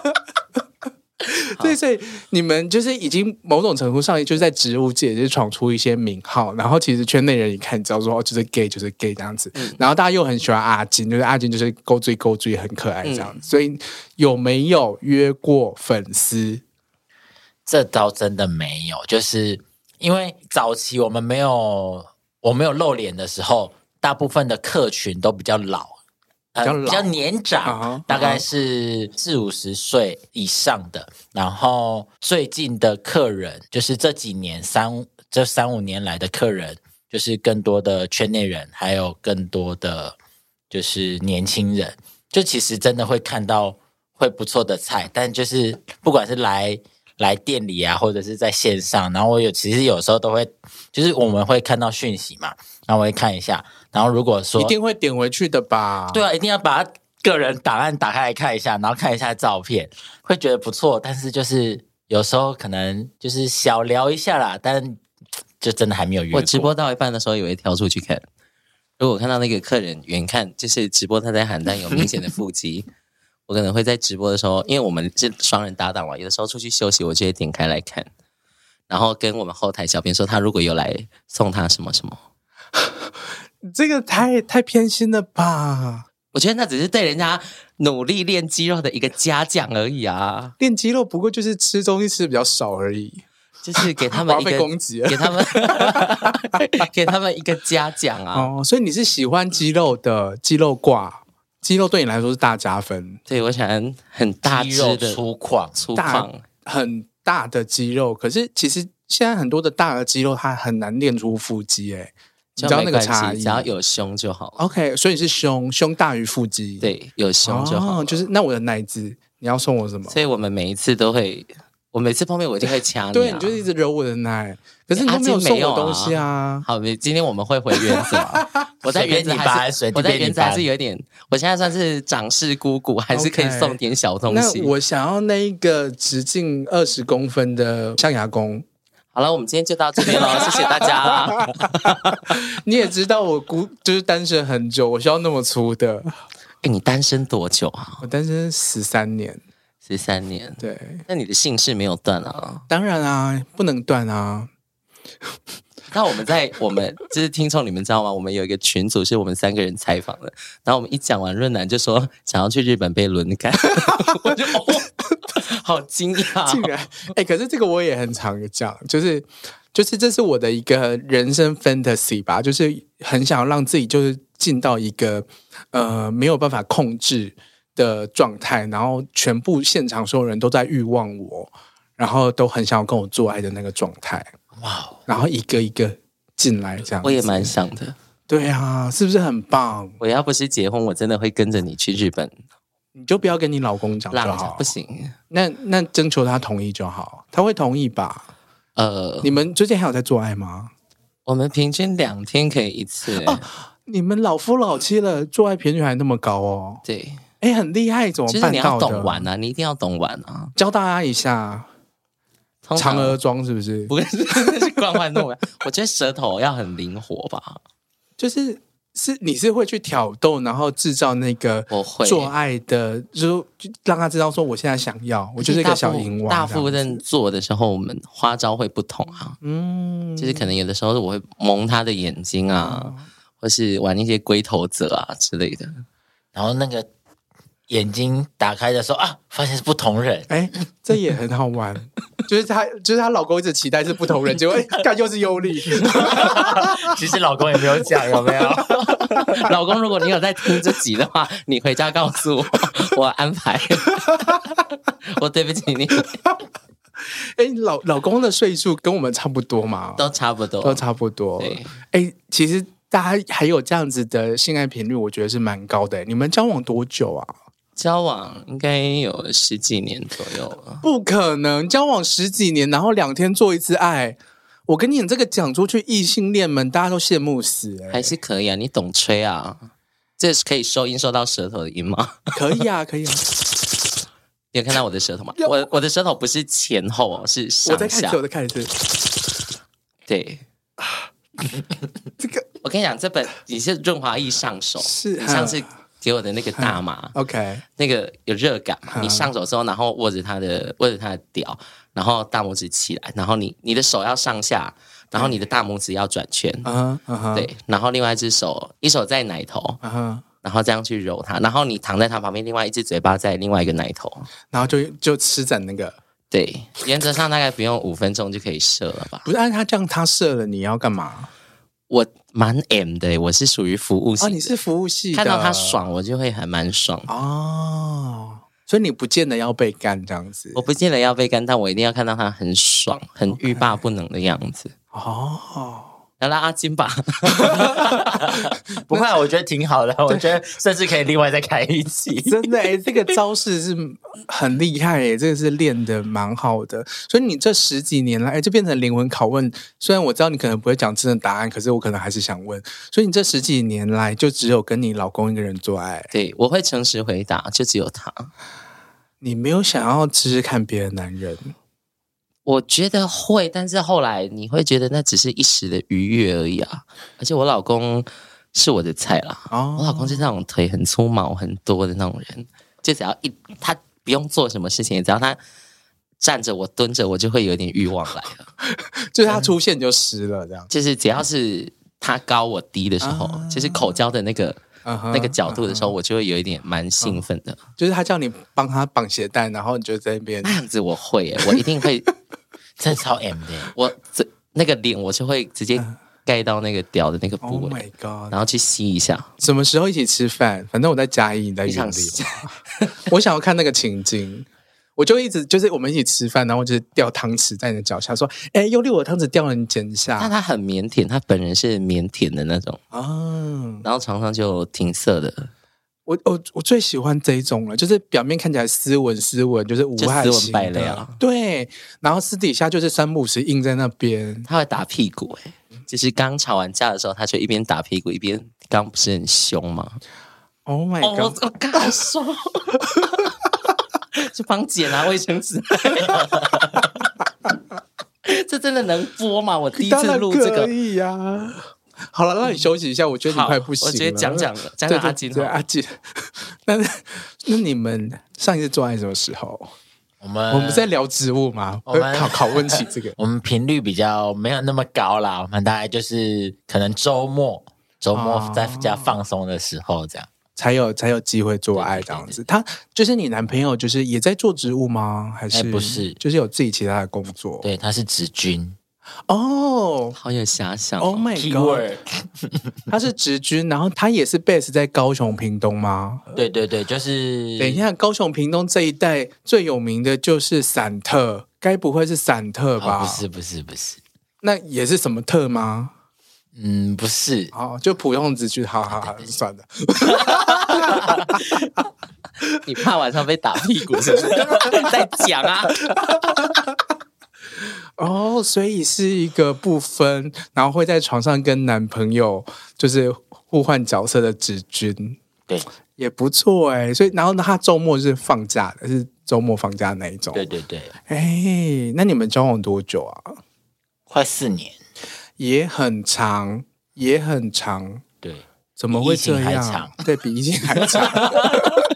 S3: 对，所以你们就是已经某种程度上，就是在植物界就是闯出一些名号，然后其实圈内人一看，你知道说哦，就是 gay，就是 gay 这样子。然后大家又很喜欢阿金，就是阿金就是勾追勾追，很可爱这样子。所以有没有约过粉丝？
S2: 这倒真的没有，就是因为早期我们没有我没有露脸的时候，大部分的客群都比较老，呃
S3: 比较老
S2: 比较年
S3: 啊
S2: 长
S3: 哈
S2: 大概是四五十岁以上的。然后最近的客人，就是这几年三这三五年来的客人，就是更多的圈内人，还有更多的就是年轻人。就其实真的会看到会不错的菜，但就是不管是来来店里啊，或者是在线上，然后我有其实有时候都会，就是我们会看到讯息嘛，然后我会看一下，然后如果说
S3: 一定会点回去的吧？
S2: 对啊，一定要把他个人档案打开来看一下，然后看一下照片，会觉得不错。但是就是有时候可能就是小聊一下啦，但就真的还没有约过。
S1: 我直播到一半的时候，以为跳出去看，如果我看到那个客人远看就是直播他在喊，但有明显的腹 肌，我可能会在直播的时候，因为我们是双人搭档嘛，有的时候出去休息，我就会点开来看，然后跟我们后台小编说，他如果有来送他什么什么。
S3: 这个太太偏心了吧？
S1: 我觉得那只是对人家努力练肌肉的一个嘉奖而已啊。
S3: 练肌肉不过就是吃东西吃的比较少而已。
S1: 就是给他们
S3: 我
S1: 一
S3: 要被
S1: 个
S3: 攻击了
S1: 给他们 给他们一个嘉奖啊！
S3: 哦，所以你是喜欢肌肉的肌肉挂，肌肉对你来说是大加分，
S1: 对我喜欢很大
S2: 肌
S1: 只
S2: 肉
S1: 的
S2: 粗犷，
S1: 粗
S3: 大
S1: 犷，
S3: 很大的肌肉。可是其实现在很多的大的肌肉，它很难练出腹肌、欸，你知道那
S1: 就
S3: 个
S1: 没关系
S3: 差异哦
S1: 只要有胸就好了。
S3: OK，所以是胸，胸大于腹肌，，
S1: 对，有胸就好了。
S3: 哦，就是那我的奶子，你要送我什么？
S1: 所以我们每一次都会，我每次碰面我一定会掐你、啊。
S3: 对，你就是一直揉我的奶，可是你都没有送我东西啊。
S1: 好，没今天我们会回原则啊。 我在原则
S2: 随便你吧
S1: 还是
S2: 随便
S1: 我在
S2: 你吧
S1: 原则还是有点，我现在算是长势姑姑，还是可以
S3: OK
S1: 送点小东
S3: 那
S1: 西。
S3: 我想要那一个直径二十公分的象牙弓。
S1: 好了，我们今天就到这边 了，谢谢大家。
S3: 你也知道我孤就是单身很久，我需要那么粗的。
S1: 哎，你单身多久啊？
S3: 我单身哦十三年，
S1: 十三年。
S3: 对，
S1: 那你的姓氏没有断啊？
S3: 当然啊，不能断啊。
S1: 那我们在我们就是听众，你们知道吗？我们有一个群组是我们三个人采访的，然后我们一讲完润南就说想要去日本被轮 干，我就哦，好惊
S3: 竟
S1: 讶哦、
S3: 然，哎、可是这个我也很常讲，就是就是这是我的一个人生 fantasy 吧，就是很想要让自己就是进到一个呃没有办法控制的状态，然后全部现场所有人都在欲望我，然后都很想要跟我做爱的那个状态，
S2: 哇，
S3: 然后一个一个进来这样
S1: 哦
S3: 子，
S1: 我也蛮想的。
S3: 对啊，是不是很棒？
S1: 我要不是结婚，我真的会跟着你去日本
S3: 你就不要跟你老公讲就
S1: 浪一下
S3: 好
S1: 不，行。
S3: 那那征求他同意就好，他会同意吧？
S1: 呃，
S3: 你们最近还有在做爱吗？
S1: 我们平均两天可以一次、
S3: 哦你们老夫老妻了，做爱频率还那么高哦？
S1: 对，
S3: 哎，很厉害，怎么
S1: 就是
S3: 办
S1: 你
S3: 到
S1: 要
S3: 的？
S1: 懂玩啊，你一定要懂玩啊。
S3: 教大家一下，
S1: 通常
S3: 嫦娥装是不是？
S1: 不是那 是惯坏弄玩，我觉得舌头要很灵活吧。
S3: 就是是你是会去挑逗，然后制造那个
S1: 我会
S3: 做爱的，就是就让他知道说我现在想要，我就是一个小淫王。
S1: 大
S3: 这样
S1: 夫在做的时候，我们花招会不同啊，
S3: 嗯，
S1: 就是可能有的时候我会蒙他的眼睛啊，或是玩一些龟头子啊之类的。
S2: 然后那个眼睛打开的时候啊，发现是不同 人，
S3: 哎，这也很好玩。 就是她，就是她老公一直期待是不同人，结果哎干又是尤里。
S2: 其实老公也没有讲，有没有？
S1: 老公，如果你有在听这集的话，你回家告诉我，我安 排。我对不起你，
S3: 哎，老老公的岁数跟我们差不多嘛，
S1: 都差不
S3: 都
S1: 多。
S3: 差不多。
S1: 对，
S3: 哎，其实大家还有这样子的性爱频率，我觉得是蛮高的。你们交往多久啊？
S1: 交往应该有十几年左右了。
S3: 不可能，交往十几年，然后两天做一次爱。我跟你讲，这个讲出去，异性恋们大家都羡慕死、哎
S1: 还是可以啊，你懂吹啊，这是可以收音收到舌头的音吗？
S3: 可以啊，可以啊。
S1: 你有看到我的舌头吗？
S3: 有
S1: 我我的舌头不是前后哦，是
S3: 我再
S1: 上下
S3: 看一次，。我再看一次。
S1: 对，
S3: 这个
S1: 我跟你讲，这本你是润滑液上手，
S3: 是
S1: 你上次给我的那个大麻，
S3: OK，
S1: 那个有热感嘛？
S3: 嗯
S1: 你上手之后，然后握着他的握着他的屌，然后大拇指起来，然后你你的手要上下，然后你
S3: 嗯
S1: 的大拇指要转圈，
S3: 啊哈啊哈，
S1: 对，然后另外一只手一手在奶头，
S3: 啊哈，
S1: 然后这样去揉它，然后你躺在它旁边，另外一只嘴巴在另外一个奶头。
S3: 然后就就施展那个，
S1: 对，原则上大概不用五分钟就可以射了吧？
S3: 不是按啊他这样，他射了，你要干嘛？
S1: 我蛮 M 的，欸我是属于服务型
S3: 哦，
S1: 的
S3: 你是服务系的，
S1: 看到他爽，我就会还蛮爽。
S3: 哦，所以你不见得要被干这样子
S1: 我不见得要被干，但我一定要看到他很爽、很欲罢不能的样子。
S3: 哦。
S1: 来啦，阿金吧，
S2: 不会啊，我觉得挺好的，我觉得甚至可以另外再开一集。
S3: 真的哎、这个招式是很厉害哎、这个是练的蛮好的。所以你这十几年来，哎、就变成灵魂拷问。虽然我知道你可能不会讲真的答案，可是我可能还是想问。所以你这十几年来，就只有跟你老公一个人做爱，
S1: 对我会诚实回答，就只有他。
S3: 你没有想要试试看别的男人。
S1: 我觉得会，但是后来你会觉得那只是一时的愉悦而已啊。而且我老公是我的菜啦，
S3: 哦
S1: 我老公是那种腿很粗毛很多的那种人，就只要一他不用做什么事情，只要他站着我蹲着我就会有点欲望来了，
S3: 就是他出现就湿了这样。
S1: 就是只要是他高我低的时候，就是口交的那个。
S3: 嗯哼
S1: 那个角度的时候，我就会有一点蛮兴奋的。
S3: 就是他叫你帮他绑鞋带，然后你就在那边
S1: 那样子我会耶，我一定会，
S2: 真的超 M 的，
S1: 我这那个脸我就会直接盖到那个屌的那个
S3: 嗯，Oh
S1: 部位，
S3: my god！
S1: 然后去吸一下。
S3: 什么哦 时候一起吃饭？反正我在嘉义，你在
S1: 你
S3: 云
S1: 想
S3: 林。我想要看那个情境，我就一直就是我们一起吃饭，然后就是掉汤匙在你的脚下，说：“哎，又六我的汤匙掉了，你捡一
S1: 但
S3: 下。
S1: 他很腼腆，他本人是腼腆的那种”，
S3: 啊，
S1: 然后常常就挺色的，
S3: 我我我最喜欢这一种了，就是表面看起来斯文斯文，就是无
S1: 就
S3: 害
S1: 斯文
S3: 型
S1: 败
S3: 的
S1: 类啊
S3: 对，然后私底下就是三不五时印在那边。
S1: 他会打屁股、欸。就是刚吵完架的时候，他就一边打屁股一边，刚不是很凶吗？
S3: Oh my
S1: 哦，我
S3: god！、
S1: 我刚好说， 就帮姐拿卫生纸来。这真的能播吗？我第一
S3: 当
S1: 次
S3: 然
S1: 录这
S3: 可
S1: 个，
S3: 以呀、好了，让你休息一下，我觉得你
S1: 好，
S3: 快不行
S1: 我
S3: 了。
S1: 直接讲讲讲讲
S3: 对对
S1: 阿金好
S3: 对
S1: 了。
S3: 阿金。 那那你们上一次做爱什么时候？
S2: 我们
S3: 我们在聊植物吗？呃
S2: 我们
S3: 考考问起这个
S2: 我们频率比较没有那么高啦，我们大概就是可能周末周
S3: 哦
S2: 末在家放松的时候这样。
S3: 才有才有机会做爱这样子。他就是你男朋友，就是也在做植物吗？还是
S2: 哎不是
S3: 就是有自己其他的工作。
S2: 对，他是直军
S3: 哦
S1: 好有遐想、哦
S3: ，Oh my god，他是直军，然后他也是 base 在高雄屏东吗？
S2: 对对对，就是
S3: 等一下，高雄屏东这一带最有名的就是散特，该不会是散特
S2: 哦
S3: 吧？
S2: 不是不是不是，
S3: 那也是什么特吗？
S2: 嗯，不是，
S3: 哦，就普通直军，好好好，算了。
S1: 你怕晚上被打屁股是不 是？在讲啊，
S3: 哦，所以是一个不分，然后会在床上跟男朋友就是互换角色的直军，
S2: 对
S3: 也不错哎、所以，然后呢，他周末是放假的，是周末放假的那一种。
S2: 对对对，
S3: 哎、那你们交往多久啊？
S2: 快四年，
S3: 也很长，也很长。
S2: 对，
S3: 怎么会这
S2: 比疫情还
S3: 样
S2: 长？
S3: 对比疫情还 长。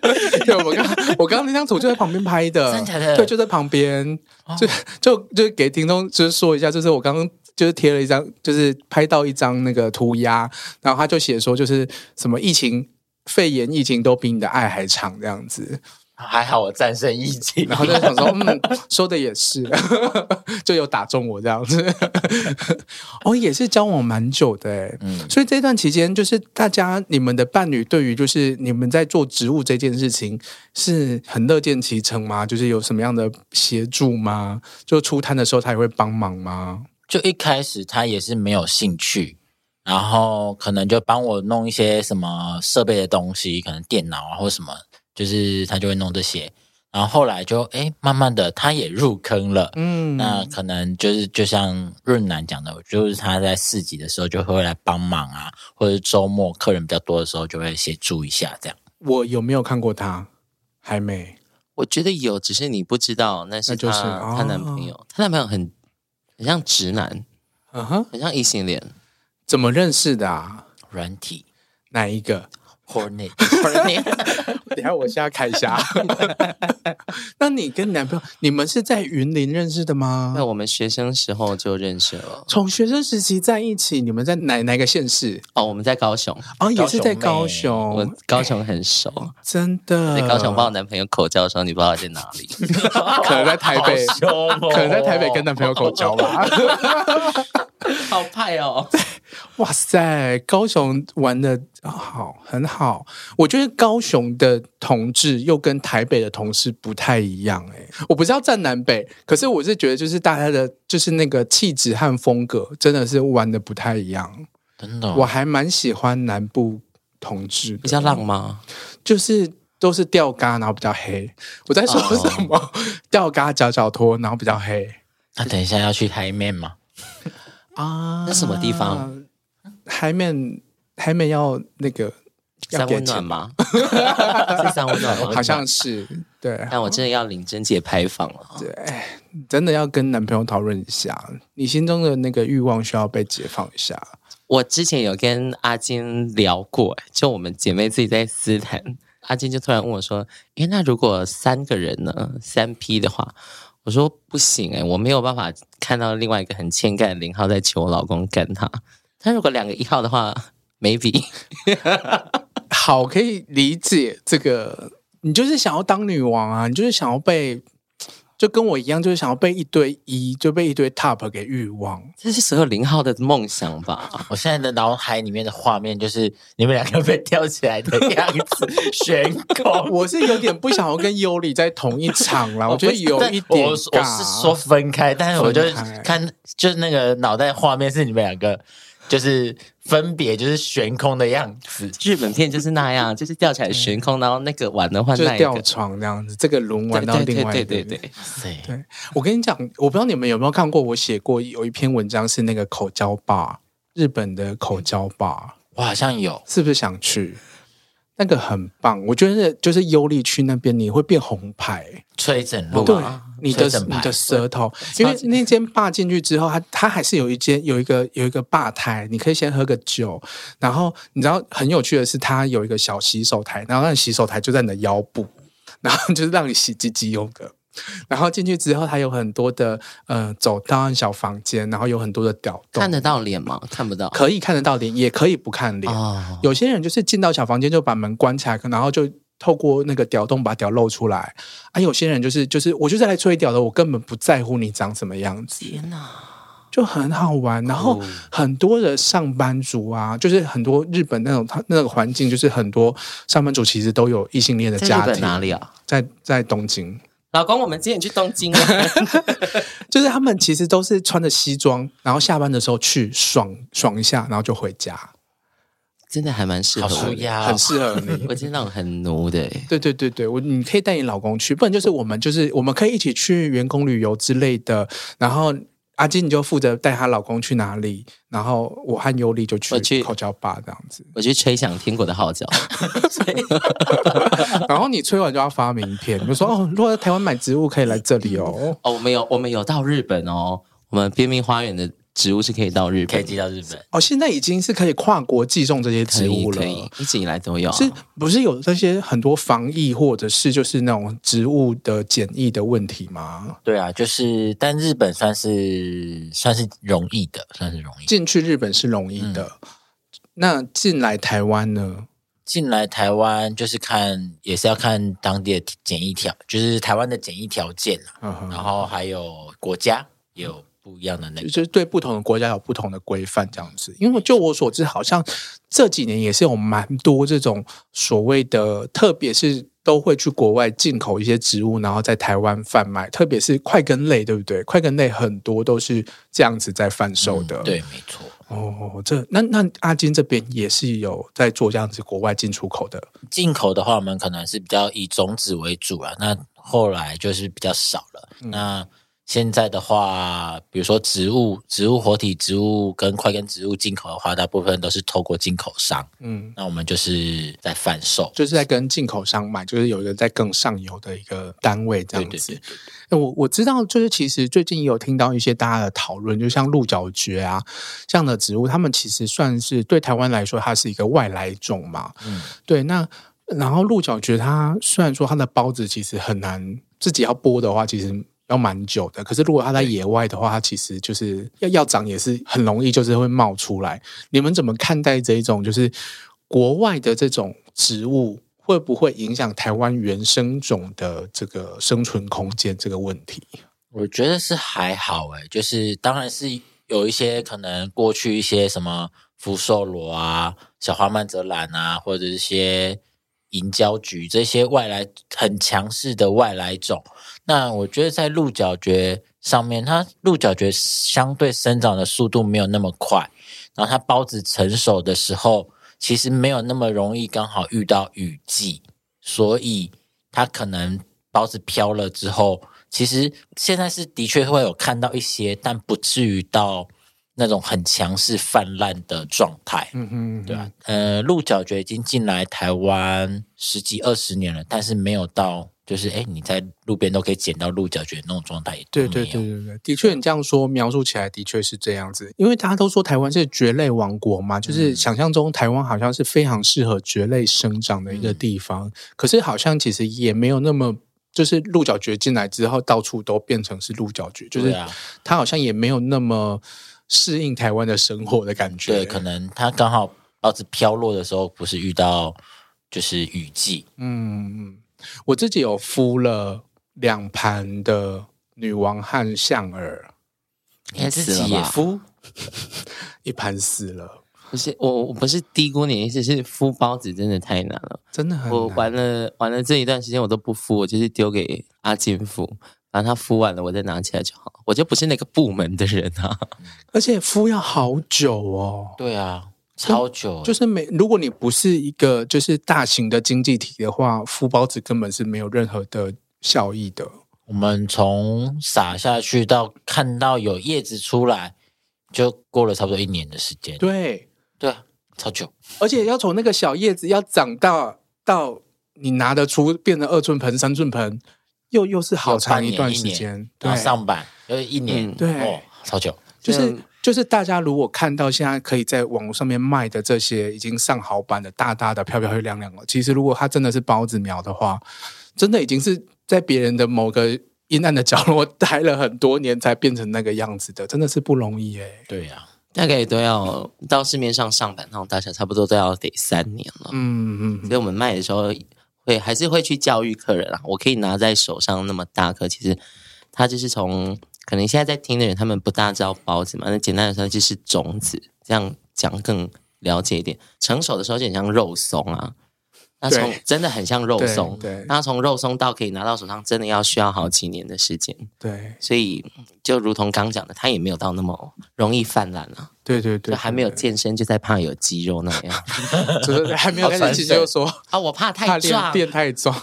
S3: 对，我刚我刚刚那张图就在旁边拍的，
S2: 真的假的哦
S3: 对，就在旁边，就就就给听众就是说一下，就是我刚刚就是贴了一张，就是拍到一张那个涂鸦，然后他就写说就是什么疫情。肺炎疫情都比你的爱还长，这样子，
S2: 还好我战胜疫情，
S3: 然后就想说，嗯，说的也是， 就有打中我这样子。 哦，也是交往蛮久的哎，
S2: 嗯，
S3: 所以这段期间，就是大家你们的伴侣对于就是你们在做植物这件事情是很乐见其成吗？就是有什么样的协助吗？就出摊的时候他也会帮忙吗？
S2: 就一开始他也是没有兴趣，然后可能就帮我弄一些什么设备的东西，可能电脑啊或什么，就是他就会弄这些。然后后来就哎，诶慢慢的他也入坑了。
S3: 嗯，
S2: 那可能就是就像润南讲的，就是他在市集的时候就会来帮忙啊，或者周末客人比较多的时候就会协助一下这样。
S3: 我有没有看过他？还没。
S1: 我觉得有，只是你不知道，那是
S3: 那
S1: 她
S3: 就是哦
S1: 她男朋友，她男朋友很很像直男，
S3: 嗯哼，
S1: 很像异性恋，
S3: 怎么认识的啊？
S2: 软体
S3: 哪一个？
S2: Hornet，
S3: 等一下我现在看一下。 那你跟男朋友，你们是在云林认识的吗
S1: 在？我们学生时候就认识了。
S3: 从学生时期在一起，你们在哪哪个县市？
S1: 哦，我们在高雄，欸
S3: 哦，也是在高
S2: 高
S3: 雄
S2: 雄
S3: 妹，
S1: 我高雄很熟。
S3: 真的
S1: 在高雄帮我男朋友口交的时候，你不知道在哪里，
S3: 可能在台北，
S2: 好凶哦
S3: 可能在台北跟男朋友口交 吧。
S1: 好派哦！
S3: 哇塞，高雄玩的好，很好。我觉得高雄的同志又跟台北的同事不太一样哎、我不是要站南北，可是我是觉得就是大家的，就是那个气质和风格真的是玩的不太一样。
S2: 真的哦、
S3: 我还蛮喜欢南部同志的，
S1: 比较浪吗？
S3: 就是都是吊嘎，然后比较黑。我在说
S1: 哦
S3: 什么？吊嘎夹脚拖，然后比较黑。
S2: 那等一下要去台面吗？
S3: 啊，
S1: 那什么地方？
S3: 海面海面要那个要
S1: 三
S3: 给
S1: 温
S3: 钱
S1: 暖，吗？ 是三温暖吗，
S3: 好像是对。
S1: 但我真的要领珍姐牌坊了。
S3: 真的要跟男朋友讨论一下，你心中的那个欲望需要被解放一下。
S1: 我之前有跟阿金聊过，就我们姐妹自己在私谈，阿金就突然问我说：“诶，那如果三个人呢？三 P 的话？”我说：“不行诶，我没有办法看到另外一个很欠干的零号在求我老公干他。但如果两个一号的话，maybe
S3: 好，可以理解这个，你就是想要当女王啊，你就是想要被就跟我一样，就是想要被一堆一，就被一堆 top 给欲望。
S1: 这是所有零号的梦想吧？
S2: 我现在的脑海里面的画面就是你们两个被吊起来的样子，悬
S1: 哦
S2: 空。
S3: 我是有点不想要跟尤里在同一场 啦，我觉得有一
S2: 我
S3: 点
S2: 我是我
S3: 尬
S2: 是说分开，但是我就
S3: 分开
S2: 看就是那个脑袋画面是你们两个就是分别就是悬空的样子。
S1: 日本片就是那样，就是吊起来悬空，然后那个碗能换
S3: 就
S1: 那
S3: 是
S1: 一
S3: 吊
S1: 个。
S3: 床这样子，这个轮玩到
S1: 对对
S3: 另外一
S1: 对
S3: 个。
S1: 对对对，
S2: 对，
S3: 对我跟你讲，我不知道你们有没有看过，我写过有一篇文章是那个口交吧，日本的口交吧，
S2: 我好像有，
S3: 是不是想去？那个很棒，我觉得就是尤里去那边你会变红牌，
S2: 吹整路
S3: 对
S2: 啊，
S3: 你的
S2: 吹整
S3: 你
S2: 排
S3: 的舌头，因为那间坝进去之后，它它还是有一间有一个有一个吧台，你可以先喝个酒，然后你知道很有趣的是，它有一个小洗手台，然后那个洗手台就在你的腰部，然后就是让你洗鸡鸡用的。然后进去之后，它有很多的呃走道、小房间，然后有很多的屌洞，
S1: 看得到脸吗？看不到。
S3: 可以看得到脸，也可以不看脸。
S1: 哦，
S3: 有些人就是进到小房间就把门关起来，然后就透过那个屌洞把屌露出来。啊，有些人就是就是我就是来吹屌的，我根本不在乎你长什么样子，
S1: 天哪！
S3: 就很好玩。然后很多的上班族啊，就是很多日本那种他那个环境，就是很多上班族其实都有异性恋的
S1: 在
S3: 家
S1: 日本
S3: 庭。
S1: 哪里啊？
S3: 在在东京，
S1: 老公，我们今天去东 京了。啊
S3: 就是他们其实都是穿着西装，然后下班的时候去爽爽一下，然后就回家，
S1: 真的还蛮适合
S2: 好
S1: 我
S2: 舒
S1: 的。
S2: 压哦，
S3: 很适合啊你。
S1: 我真的很奴的欸，
S3: 对对对对，我你可以带你老公去，不然就是我们就是我们可以一起去员工旅游之类的。然后阿金你就负责带她老公去哪里，然后我和尤里就
S1: 我
S3: 去
S1: 去
S3: 口交吧这样子。
S1: 我去吹响天国的号角。
S3: 然后你吹完就要发名片，你就说哦，如果在台湾买植物可以来这 里哦。
S1: 哦，我们有我们有到日本哦，我们边边花园的植物是可以到日
S2: 可以
S1: 本，
S2: 寄到日本。
S3: 哦，现在已经是可以跨国寄送这些
S1: 可
S3: 植
S1: 以
S3: 物
S1: 可
S3: 了。
S1: 以，一直以来都有啊。
S3: 是不是有这些很多防疫或者是就是那种植物的检疫的问题吗？
S2: 对啊，就是但日本算是算是容易的，算是容易。
S3: 进去日本是容易的，
S1: 嗯
S3: 那进来台湾呢？
S2: 进来台湾就是看也是要看当地的检疫条，就是台湾的检疫条件啊，
S3: 嗯哼
S2: 然后还有国家也有不一样的那个。
S3: 就是对不同的国家有不同的规范这样子。因为就我所知，好像这几年也是有蛮多这种所谓的，特别是都会去国外进口一些植物，然后在台湾贩卖，特别是快根类，对不对？快根类很多都是这样子在贩售的。
S2: 嗯对，没错。
S3: 哦，这那那阿金这边也是有在做这样子国外进出口的。
S2: 进口的话，我们可能是比较以种子为主啊，那后来就是比较少了。
S3: 嗯
S2: 那现在的话，比如说植物、植物活体植物跟快根植物进口的话，大部分都是透过进口商，
S3: 嗯，
S2: 那我们就是在贩售。
S3: 就是在跟进口商买，就是有一个在更上游的一个单位这
S2: 对
S3: 样
S2: 对
S3: 子
S2: 对。，
S3: 欸我我知道，就是其实最近也有听到一些大家的讨论，就像鹿角蕨啊这样的植物，它们其实算是对台湾来说，它是一个外来种嘛。
S2: 嗯
S3: 对，那然后鹿角蕨它虽然说它的孢子其实很难自己要剥的话，其实要蛮久的。可是如果它在野外的话，它其实就是要要长也是很容易，就是会冒出来。你们怎么看待这一种就是国外的这种植物？会不会影响台湾原生种的这个生存空间这个问题？
S2: 我觉得是还好诶、就是当然是有一些可能过去一些什么福寿螺啊、小花曼泽兰啊，或者一些银胶菊这些外来很强势的外来种，那我觉得在鹿角蕨上面，它鹿角蕨相对生长的速度没有那么快，然后它孢子成熟的时候，其实没有那么容易刚好遇到雨季，所以它可能孢子飘了之后，其实现在是的确会有看到一些，但不至于到那种很强势泛滥的状态。
S3: 嗯哼，
S2: 对啊，呃，鹿角蕨已经进来台湾十几二十年了，但是没有到就是哎、诶你在路边都可以捡到鹿角蕨那种状态，也
S3: 对
S2: 都
S3: 对
S2: 没有
S3: 对，对对，的确，嗯你这样说描述起来的确是这样子，因为大家都说台湾是蕨类王国嘛，就是想象中台湾好像是非常适合蕨类生长的一个地方，可是好像其实也没有那么，就是鹿角蕨进来之后，到处都变成是鹿角蕨，就
S2: 对
S3: 是
S2: 啊，
S3: 它好像也没有那么适应台湾的生活的感觉。
S2: 对，可能它刚好报纸飘落的时候，不是遇到就是雨季，
S3: 嗯，嗯，我自己有敷了两盘的女王和象耳，
S1: 应该
S2: 自
S1: 死了
S2: 己也
S1: 吧
S2: 敷，
S3: 一盘死了，
S1: 不是我，我不是低估你的意思，是敷包子真的太难了。
S3: 真的很
S1: 我
S3: 难
S1: 玩了玩了这一段时间，我都不敷，我就是丢给阿金敷，然后他敷完了，我再拿起来就好。我就不是那个部门的人啊。
S3: 而且敷要好久哦。
S2: 对啊，超久，
S3: 就是是每如果你不是一个就是大型的经济体的话，敷包子根本是没有任何的效益的。
S2: 我们从撒下去到看到有叶子出来，就过了差不多一年的时间，
S3: 对，
S2: 对啊，超久，
S3: 而且要从那个小叶子要长到到你拿得出变成二寸盆、三寸盆，又又是好长一段时
S2: 有半年
S3: 间。对
S2: 然后，上班就是一年，
S1: 嗯
S3: 对
S2: 哦，超久，
S3: 就是
S1: 嗯
S3: 就是大家如果看到现在可以在网络上面卖的这些已经上好版的大大的、漂漂亮亮了，其实如果它真的是包子苗的话，真的已经是在别人的某个阴暗的角落待了很多年才变成那个样子的，真的是不容易耶。
S2: 对呀、啊，
S1: 大概都要到市面上上版那种大小，差不多都要得三年了。
S3: 嗯嗯
S1: 所以我们卖的时候会还是会去教育客人啊。我可以拿在手上那么大颗，其实它就是从可能现在在听的人他们不大知道包子嘛，那简单的说就是种子，这样讲更了解一点。成熟的时候就很像肉松啊，那从
S3: 对
S1: 真的很像肉松，
S3: 对对
S1: 那从肉松到可以拿到手上，真的要需要好几年的时间。
S3: 对
S1: 所以就如同刚讲的，它也没有到那么容易泛滥啊，
S3: 对对对，
S1: 就还没有健身就在怕有肌肉那 样
S3: 对，就是还没有
S1: 好
S3: 开
S1: 传
S3: 始其实
S1: 神
S3: 就说
S1: 啊，我怕
S3: 怕
S1: 太
S3: 练
S1: 壮。
S3: 变太壮，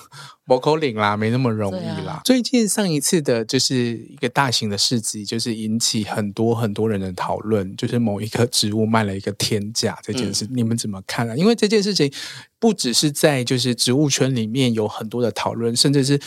S3: 某口领啦，没那么容
S2: 啊
S3: 易啦。最近上一次的就是一个大型的市集，就是引起很多很多人的讨论，就是某一棵植物卖了一个天价这件事，
S2: 嗯
S3: 你们怎么看啊？因为这件事情不只是在就是植物圈里面有很多的讨论，甚至是。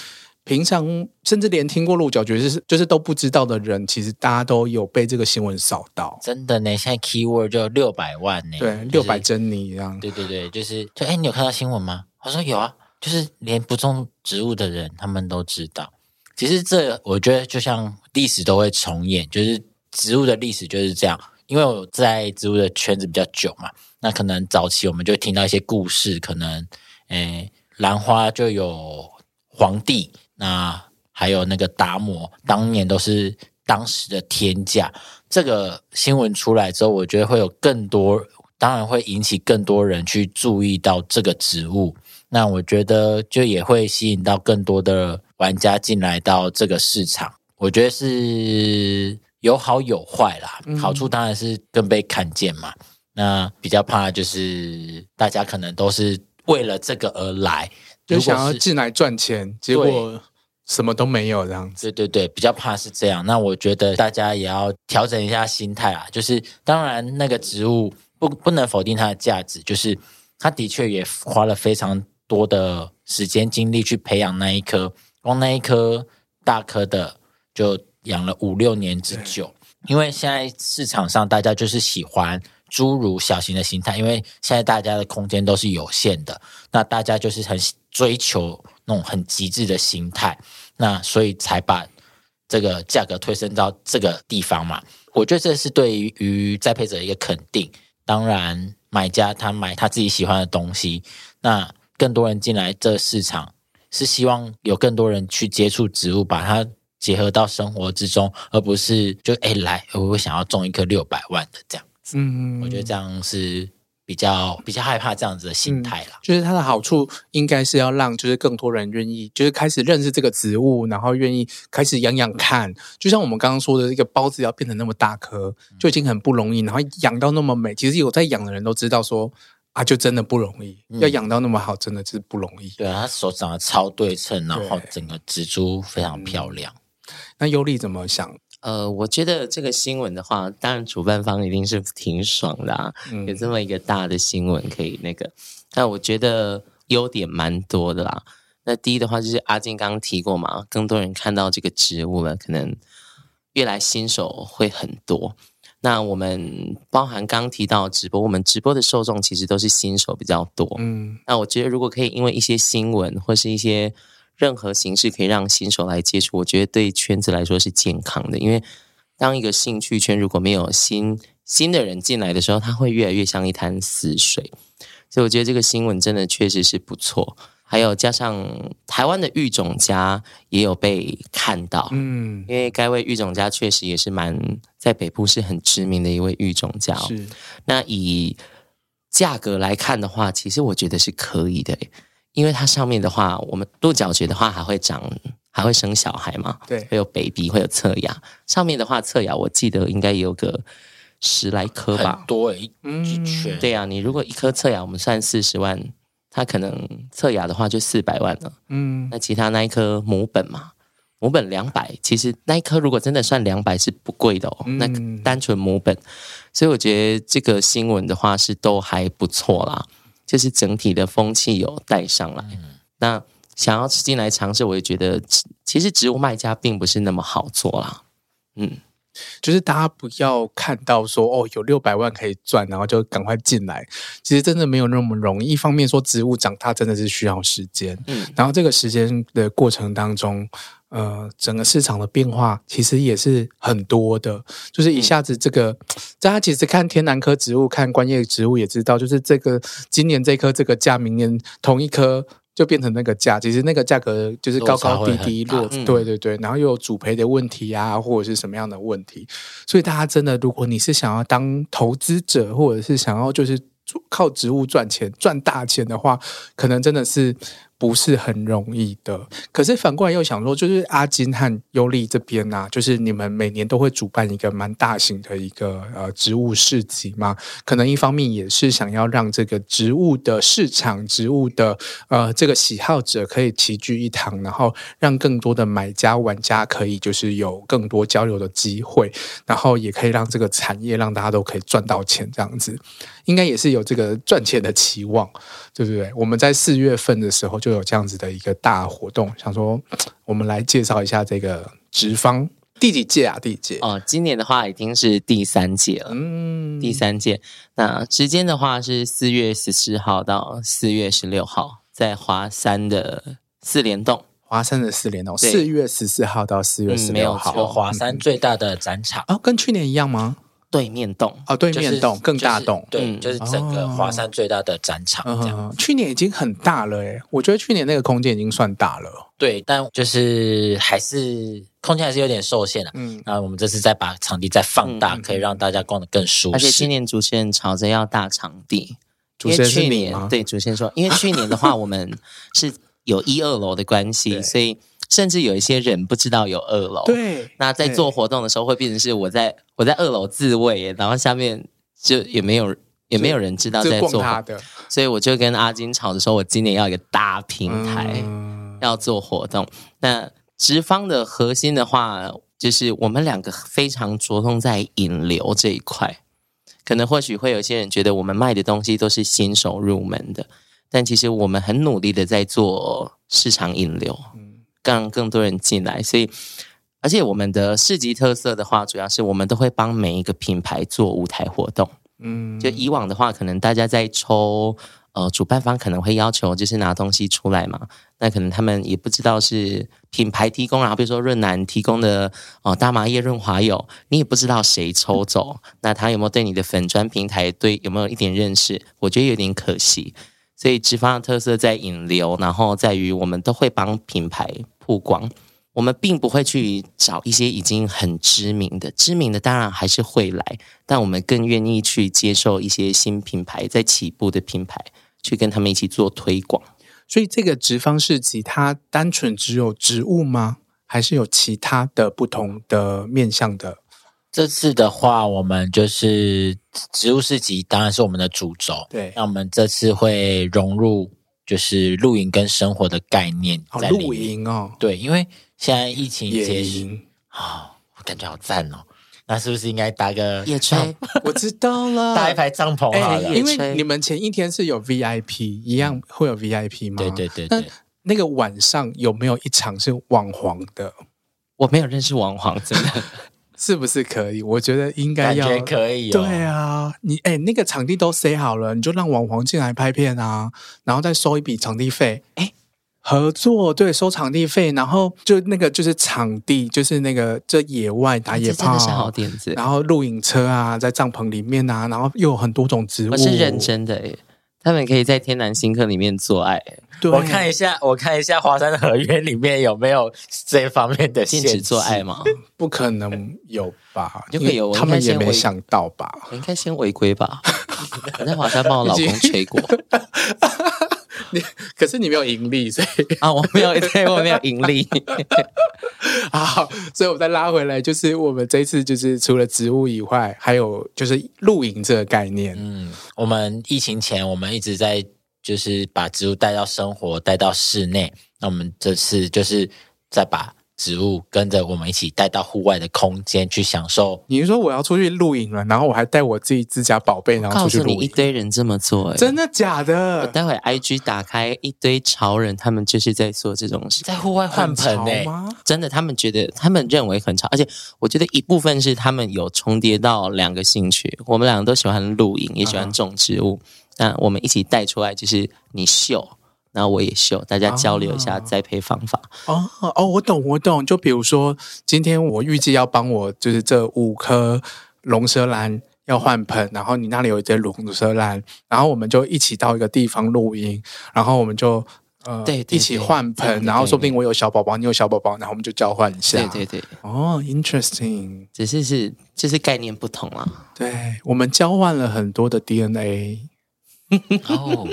S3: 平常甚至连听过鹿角蕨是就是都不知道的人，其实大家都有被这个新闻扫到。
S2: 真的呢，现在 keyword 就六百万呢，
S3: 对，
S2: 就
S3: 六
S2: 是
S3: 百珍妮一样，
S2: 对对对，就是就哎、你有看到新闻吗？我说有啊，就是连不种植物的人他们都知道。其实这我觉得就像历史都会重演，就是植物的历史就是这样。因为我在植物的圈子比较久嘛，那可能早期我们就会听到一些故事，可能诶兰花就有皇帝，那还有那个达摩，当年都是当时的天价。这个新闻出来之后，我觉得会有更多，当然会引起更多人去注意到这个植物。那我觉得就也会吸引到更多的玩家进来到这个市场。我觉得是有好有坏啦，好处当然是更被看见嘛。那比较怕就是大家可能都是为了这个而来，
S3: 就
S2: 如果
S3: 想要
S2: 是
S3: 进来赚钱，结果什么都没有这样子。
S2: 对对对，比较怕是这样。那我觉得大家也要调整一下心态啊，就是当然那个植物不不能否定它的价值，就是它的确也花了非常多的时间精力去培养那一棵，光那一棵大棵的就养了五六年之久。因为现在市场上大家就是喜欢诸如小型的形态，因为现在大家的空间都是有限的，那大家就是很追求那种很极致的形态，那所以才把这个价格推升到这个地方嘛。我觉得这是对于栽培者一个肯定。当然，买家他买他自己喜欢的东西，那更多人进来这市场，是希望有更多人去接触植物，把它结合到生活之中，而不是就哎、来，我想要种一棵六百万的这样。
S3: 嗯，
S2: 我觉得这样是比较比较害怕这样子的心态啦。
S3: 就是它的好处应该是要让就是更多人愿意，就是开始认识这个植物，然后愿意开始养养看。就像我们刚刚说的，这个包子要变成那么大颗，就已经很不容易，然后养到那么美，其实有在养的人都知道说啊，就真的不容易，要养到那么好，真的是不容易。
S2: 对啊，他手长得超对称，然后整个植株非常漂亮。
S3: 那尤里怎么想？
S1: 呃，我觉得这个新闻的话，当然主办方一定是挺爽的、啊，
S3: 嗯
S1: 有这么一个大的新闻可以那个。但我觉得优点蛮多的啦。那第一的话就是阿金刚刚提过嘛，更多人看到这个植物了，可能越来新手会很多。那我们包含刚提到直播，我们直播的受众其实都是新手比较多，
S3: 嗯
S1: 那我觉得，如果可以因为一些新闻或是一些任何形式可以让新手来接触，我觉得对圈子来说是健康的。因为当一个兴趣圈如果没有新新的人进来的时候，它会越来越像一滩死水。所以我觉得这个新闻真的确实是不错。还有加上台湾的育种家也有被看到，
S3: 嗯，
S1: 因为该位育种家确实也是蛮在北部是很知名的一位育种家、哦。
S3: 是
S1: 那以价格来看的话，其实我觉得是可以的耶，因为它上面的话，我们鹿角蕨的话还会长，还会生小孩嘛，
S3: 对
S1: 会有 baby，会有侧芽。上面的话，侧芽我记得应该也有个十来颗
S2: 很
S1: 吧。
S2: 多诶，
S3: 嗯
S2: 一圈，
S1: 对啊，你如果一颗侧芽，我们算四十万，它可能侧芽的话就四百万了。
S3: 嗯，
S1: 那其他那一颗母本嘛，母本两百，其实那一颗如果真的算两百是不贵的哦，
S3: 嗯
S1: 那单纯母本，所以我觉得这个新闻的话是都还不错啦，就是整体的风气有带上来。那想要吃进来尝试，我也觉得其实植物卖家并不是那么好做啦。嗯，
S3: 就是大家不要看到说哦有六百万可以赚，然后就赶快进来，其实真的没有那么容易。一方面说植物长大真的是需要时间，
S1: 嗯
S3: 然后这个时间的过程当中，呃，整个市场的变化其实也是很多的，就是
S1: 嗯
S3: 一下子这个，大家其实看天南科植物、看观叶植物也知道，就是这个今年这棵这个价，明年同一棵。就变成那个价，其实那个价格就是高高低低落
S1: 差会
S2: 落，
S1: 很大嗯
S3: 对对对，然后又有主赔的问题啊，或者是什么样的问题，所以大家真的，如果你是想要当投资者，或者是想要就是做靠植物赚钱赚大钱的话，可能真的是不是很容易的。可是反过来又想说，就是阿金和尤利这边呐、就是你们每年都会主办一个蛮大型的一个呃植物市集嘛，可能一方面也是想要让这个植物的市场、植物的呃这个喜好者可以齐聚一堂，然后让更多的买家、玩家可以就是有更多交流的机会，然后也可以让这个产业让大家都可以赚到钱，这样子应该也是有这个赚钱的期望，对不对？我们在四月份的时候就有这样子的一个大活动，想说我们来介绍一下这个植方第几届啊？第几届？
S1: 哦、今年的话已经是第三届了。
S3: 嗯，
S1: 第三届。那时间的话是四月十四号到四月十六号，在华山的四联洞。
S3: 华山的四连哦，
S1: 对
S3: 四月十四号到四月十
S1: 嗯没有
S3: 六号，
S1: 错
S2: 有华山最大的展场，
S3: 哦，跟去年一样吗？
S1: 对面洞，
S3: 哦，对
S2: 就是
S3: 面洞更大洞，
S2: 就是对，
S1: 嗯
S2: 就是整个华山最大的展场
S3: 嗯
S2: 这样。
S3: 哼，去年已经很大了诶，我觉得去年那个空间已经算大了，
S2: 对，但就是还是空间还是有点受限了、啊
S3: 嗯，
S2: 那我们这次再把场地再放大，可以让大家逛得更舒适。
S1: 嗯而且今年主持人朝着要大场地，
S3: 主
S1: 因
S3: 持
S1: 为
S3: 人是
S1: 去
S3: 你
S1: 年
S3: 吗？
S1: 对主持人说，因为去年的 话我们是有一二楼的关系，
S3: 对
S1: 所以甚至有一些人不知道有二楼。，
S3: 对，
S1: 那在做活动的时候会变成是我在我在二楼自慰耶，然后下面就也没有也没有人知道
S3: 就
S1: 在
S3: 逛
S1: 做活
S3: 他的
S1: 所以我就跟阿金吵着说，我今年要一个大平台、
S3: 嗯
S1: 要做活动。那直方的核心的话，就是我们两个非常着重在引流这一块。可能或许会有些人觉得我们卖的东西都是新手入门的，但其实我们很努力的在做市场引流，让更多人进来。所以，而且我们的市集特色的话，主要是我们都会帮每一个品牌做舞台活动。
S3: 嗯，
S1: 就以往的话，可能大家在抽，呃，主办方可能会要求就是拿东西出来嘛，那可能他们也不知道是品牌提供啊，比如说润南提供的哦、呃大麻叶润滑油，你也不知道谁抽走，那他有没有对你的粉砖平台对有没有一点认识？我觉得有点可惜。所以直方的特色在引流，然后在于我们都会帮品牌曝光。我们并不会去找一些已经很知名的，知名的当然还是会来，但我们更愿意去接受一些新品牌在起步的品牌，去跟他们一起做推广。
S3: 所以这个植方市集它单纯只有植物吗？还是有其他的不同的面向的？
S2: 这次的话，我们就是植物市集，当然是我们的主轴。
S3: 对
S2: 那我们这次会融入就是露营跟生活的概念
S3: 哦，
S2: 在里面
S3: 露。营哦，
S2: 对，因为现在疫情
S3: 野
S2: 结束
S3: 营，
S2: 啊、我感觉好赞哦。那是不是应该搭个
S1: 野
S2: 帐
S1: 炊，
S3: 我知道了，
S2: 搭一排帐篷好
S3: 哎，
S2: 了？
S3: 因为
S1: 吹
S3: 你们前一天是有 VIP，一样会有 VIP 吗？
S2: 对对对
S3: 那
S2: 对，
S3: 那个晚上有没有一场是网黄的？
S1: 我没有认识王黄，真 的
S3: 是不是可以？我觉得应该
S2: 感
S3: 要。
S2: 觉可以、哦。
S3: 对啊，你哎、那个场地都塞好了，你就让网黄进来拍片啊，然后再收一笔场地费。哎、合作对，收场地费，然后就那个就是场地，就是那个这野外打野
S1: 哎这真
S3: 炮，
S1: 的是好点 子，
S3: 然后露营车啊，在帐篷里面啊，然后又有很多种植物，
S1: 我是认真的耶。他们可以在天南星科里面做爱，
S3: 对
S2: 我看一下，我看一下华山的合约里面有没有这方面的
S1: 禁
S2: 限
S1: 止
S2: 制
S1: 做爱 吗？
S3: 不可能有吧？
S1: 就会有
S3: 因为他们也没想到吧？
S1: 我应该先违规吧？ 我在华山帮我老公吹 过
S3: 可是你没有盈利，所以
S1: 啊，我没有，对我没有盈利。
S3: 好，所以我们再拉回来，就是我们这一次就是除了植物以外，还有就是露营这个概念。
S2: 嗯，我们疫情前我们一直在就是把植物带到生活，带到室内。那我们这次就是再把植物跟着我们一起带到户外的空间去享受。
S3: 你是说我要出去露营了，然后我还带我自己自家宝贝， 然后
S1: 告
S3: 出去
S1: 诉你，
S3: 露
S1: 一
S3: 营？
S1: 堆人这么做、欸，
S3: 真的假
S1: 我
S3: 的？
S1: 待会 IG 打开一堆潮人，他们就是在做这种事。
S2: 在户外换盆
S3: 很
S2: 呢、
S1: 欸
S3: 潮吗？
S1: 真的，他们觉得他们认为很潮，而且我觉得一部分是他们有重叠到两个兴趣，我们两个都喜欢露营，也喜欢种植物。那我们一起带出来，就是你秀，然后我也秀，大家交流一下
S3: 啊
S1: 栽培方法。
S3: 哦哦，我懂我懂。就比如说，今天我预计要帮我就是这五颗龙舌兰要换盆，然后你那里有一堆龙舌兰，然后我们就一起到一个地方录音，然后我们就呃
S1: 对对
S3: 一起
S1: 对
S3: 换
S1: 这样
S3: 盆，
S1: 的
S3: 然后
S1: 概
S3: 说不定
S1: 念
S3: 我有小宝宝，你有小宝宝，然后我们就交换一下。
S1: 对对对，
S3: 哦，interesting。
S1: 只是是就是概念不同啊。
S3: 对我们交换了很多的 DNA。
S2: 哦，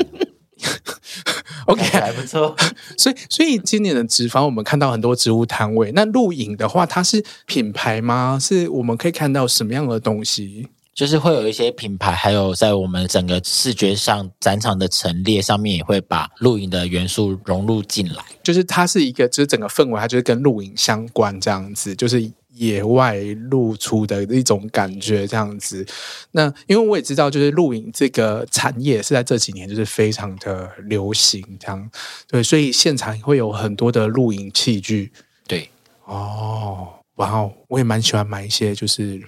S2: 感觉
S3: OK，
S2: 还不错。
S3: 所以所以今年的植房我们看到很多植物摊位。那露营的话，它是品牌吗？是我们可以看到什么样的东西？
S2: 就是会有一些品牌，还有在我们整个视觉上展场的陈列上面，也会把露营的元素融入进来。
S3: 就是它是一个，就是整个氛围，它就是跟露营相关这样子，就是野外露出的一种感觉这样子。那因为我也知道，就是露营这个产业是在这几年就是非常的流行这样，对，所以现场会有很多的露营器具
S2: 对，
S3: 哦。哇哦，我也蛮喜欢买一些就是。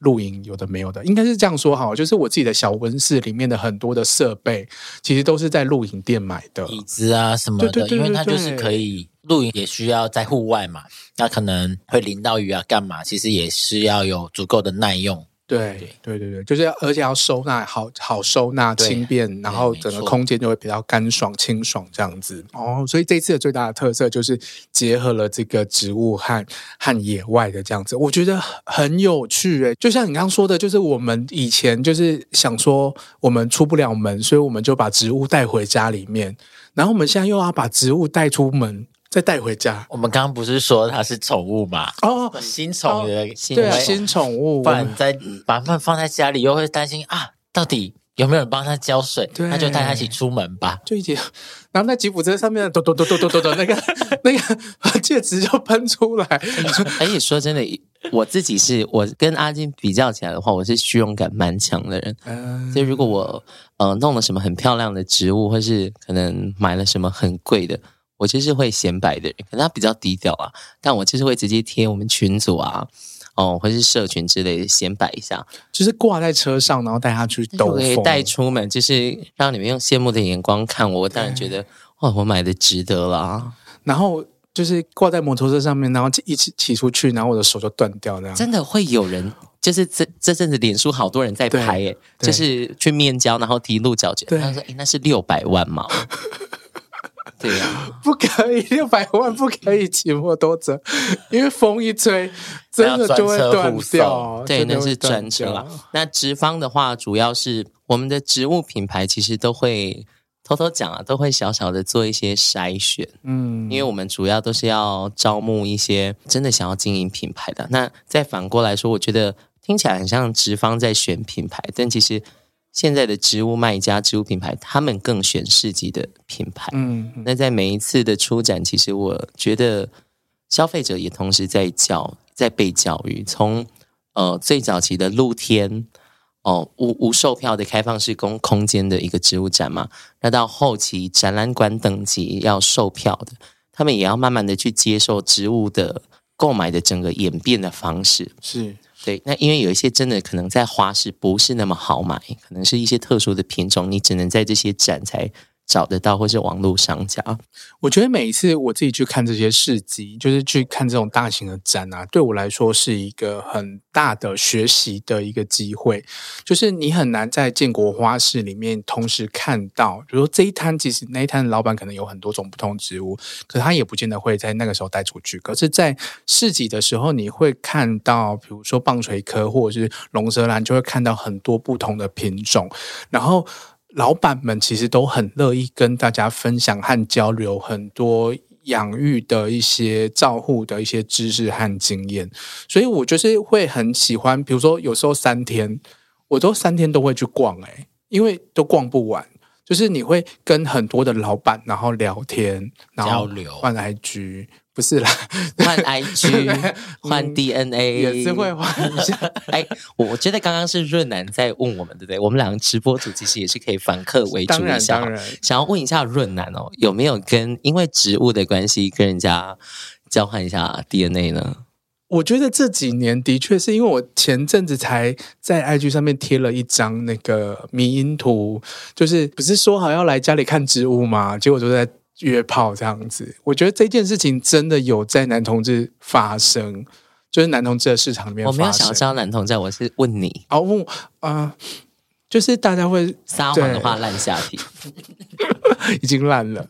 S3: 露营有的没有的，应该是这样说哈，就是我自己的小温室里面的很多的设备，其实都是在露营店买的。
S2: 椅子啊什么的，
S3: 对对对
S2: 因为它
S3: 对
S2: 就
S3: 对
S2: 是可以露营，也需要在户外嘛，那可能会淋到雨啊，干嘛？其实也是要有足够的耐用。
S3: 对对对对，就是要而且要收纳好好收纳
S2: 对
S3: 轻便，然后整个
S2: 没错
S3: 空间就会比较干爽清爽这样子。哦，所以这次的最大的特色就是结合了这个植物和和野外的这样子，我觉得很有趣诶、就像你刚刚说的，就是我们以前就是想说我们出不了门，所以我们就把植物带回家里面，然后我们现在又要把植物带出门，再带回家。
S2: 我们刚刚不是说它是宠物嘛？
S3: 哦，
S2: 新宠的行
S3: 对啊，
S2: 为，
S3: 新宠物
S2: 不然在把它放在家里，又会担心啊，到底有没有人帮它浇水？
S3: 对
S2: 那就带它一起出门吧。
S3: 就一节， 然后那吉普车上面的咚 咚咚咚咚咚的那个 那个 戒指就喷出 来，
S1: 而且说真的，我自己是我跟阿金比较起来的话，我是虚荣感蛮强的人。
S3: 嗯，
S1: 所以如果我呃弄了什么很漂亮的植物，或是可能买了什么很贵的，我就是会显摆的人。可能他比较低调啊，但我就是会直接贴我们群组啊，哦，或是社群之类的显摆一下，
S3: 就是挂在车上，然后带他去
S1: 我
S3: 兜
S1: 可以
S3: 风，
S1: 带出门，就是让你们用羡慕的眼光看我。我当然觉得哇，我买的值得
S3: 啊
S1: 啦，
S3: 然后就是挂在摩托车上面，然后一起骑出去，然后我的手就断掉这样。
S1: 真的会有人。就是这这阵子，脸书好多人在
S3: 对
S1: 拍耶，
S3: 对
S1: 就是去面交，然后提鹿角蕨。
S3: 对
S1: 他说：“诶，那是六百万 嘛？”对啊呀、
S3: 不可以，六百万
S1: 嗯
S3: 不可以骑摩托车，因为风一吹，真的就会断掉。
S1: 对，
S3: 真的
S1: 那
S3: 会
S1: 是
S3: 断
S1: 专车
S3: 掉
S1: 啦。那植方的话，主要是我们的植物品牌，其实都会偷偷讲啊，都会小小的做一些筛选，
S3: 嗯，
S1: 因为我们主要都是要招募一些真的想要经营品牌的。那再反过来说，我觉得听起来很像植方在选品牌，但其实现在的植物卖家、植物品牌，他们更选市集的品牌。
S3: 嗯嗯
S1: 那在每一次的出展，其实我觉得消费者也同时在教，在被教育。从呃最早期的露天哦无无售票的开放式公空间的一个植物展嘛，那到后期展览馆等级要售票的，他们也要慢慢的去接受植物的购买的整个演变的方式。
S3: 是
S1: 对，那因为有一些真的可能在花市不是那么好买，可能是一些特殊的品种，你只能在这些展才找得到，或是网络商家。
S3: 我觉得每一次我自己去看这些市集，就是去看这种大型的展啊，对我来说是一个很大的学习的一个机会。就是你很难在建国花市里面同时看到，比如说这一摊，其实那一摊的老板可能有很多种不同植物，可他也不见得会在那个时候带出去。可是，在市集的时候，你会看到，比如说棒槌科或者是龙舌兰，就会看到很多不同的品种，然后。老板们其实都很乐意跟大家分享和交流很多养育的一些照护的一些知识和经验，所以我就是会很喜欢，比如说有时候三天，我都三天都会去逛、欸，诶，因为都逛不完。就是你会跟很多的老板，然后聊天，然后
S2: 交流
S3: 换 IG，不是啦，
S1: 换 IG，换 DNA，
S3: 嗯也是会换一下。
S1: 哎，我我觉得刚刚是润南在问我们，对不对？我们两个直播组其实也是可以反客为
S3: 当
S1: 主
S3: 然
S1: 一下
S3: 当然，
S1: 想要问一下润南哦，有没有跟因为植物的关系跟人家交换一下 DNA 呢？
S3: 我觉得这几年的确是因为我前阵子才在 IG 上面贴了一张那个迷因图，就是不是说好要来家里看植物嘛，结果就在约炮这样子。我觉得这件事情真的有在男同志发生，就是男同志的市场里面
S1: 我没有
S3: 发
S1: 想要知
S3: 生。
S1: 道男同在，我是问你
S3: 然后问我啊、就是大家会
S1: 撒谎的话烂下体，
S3: 已经烂了，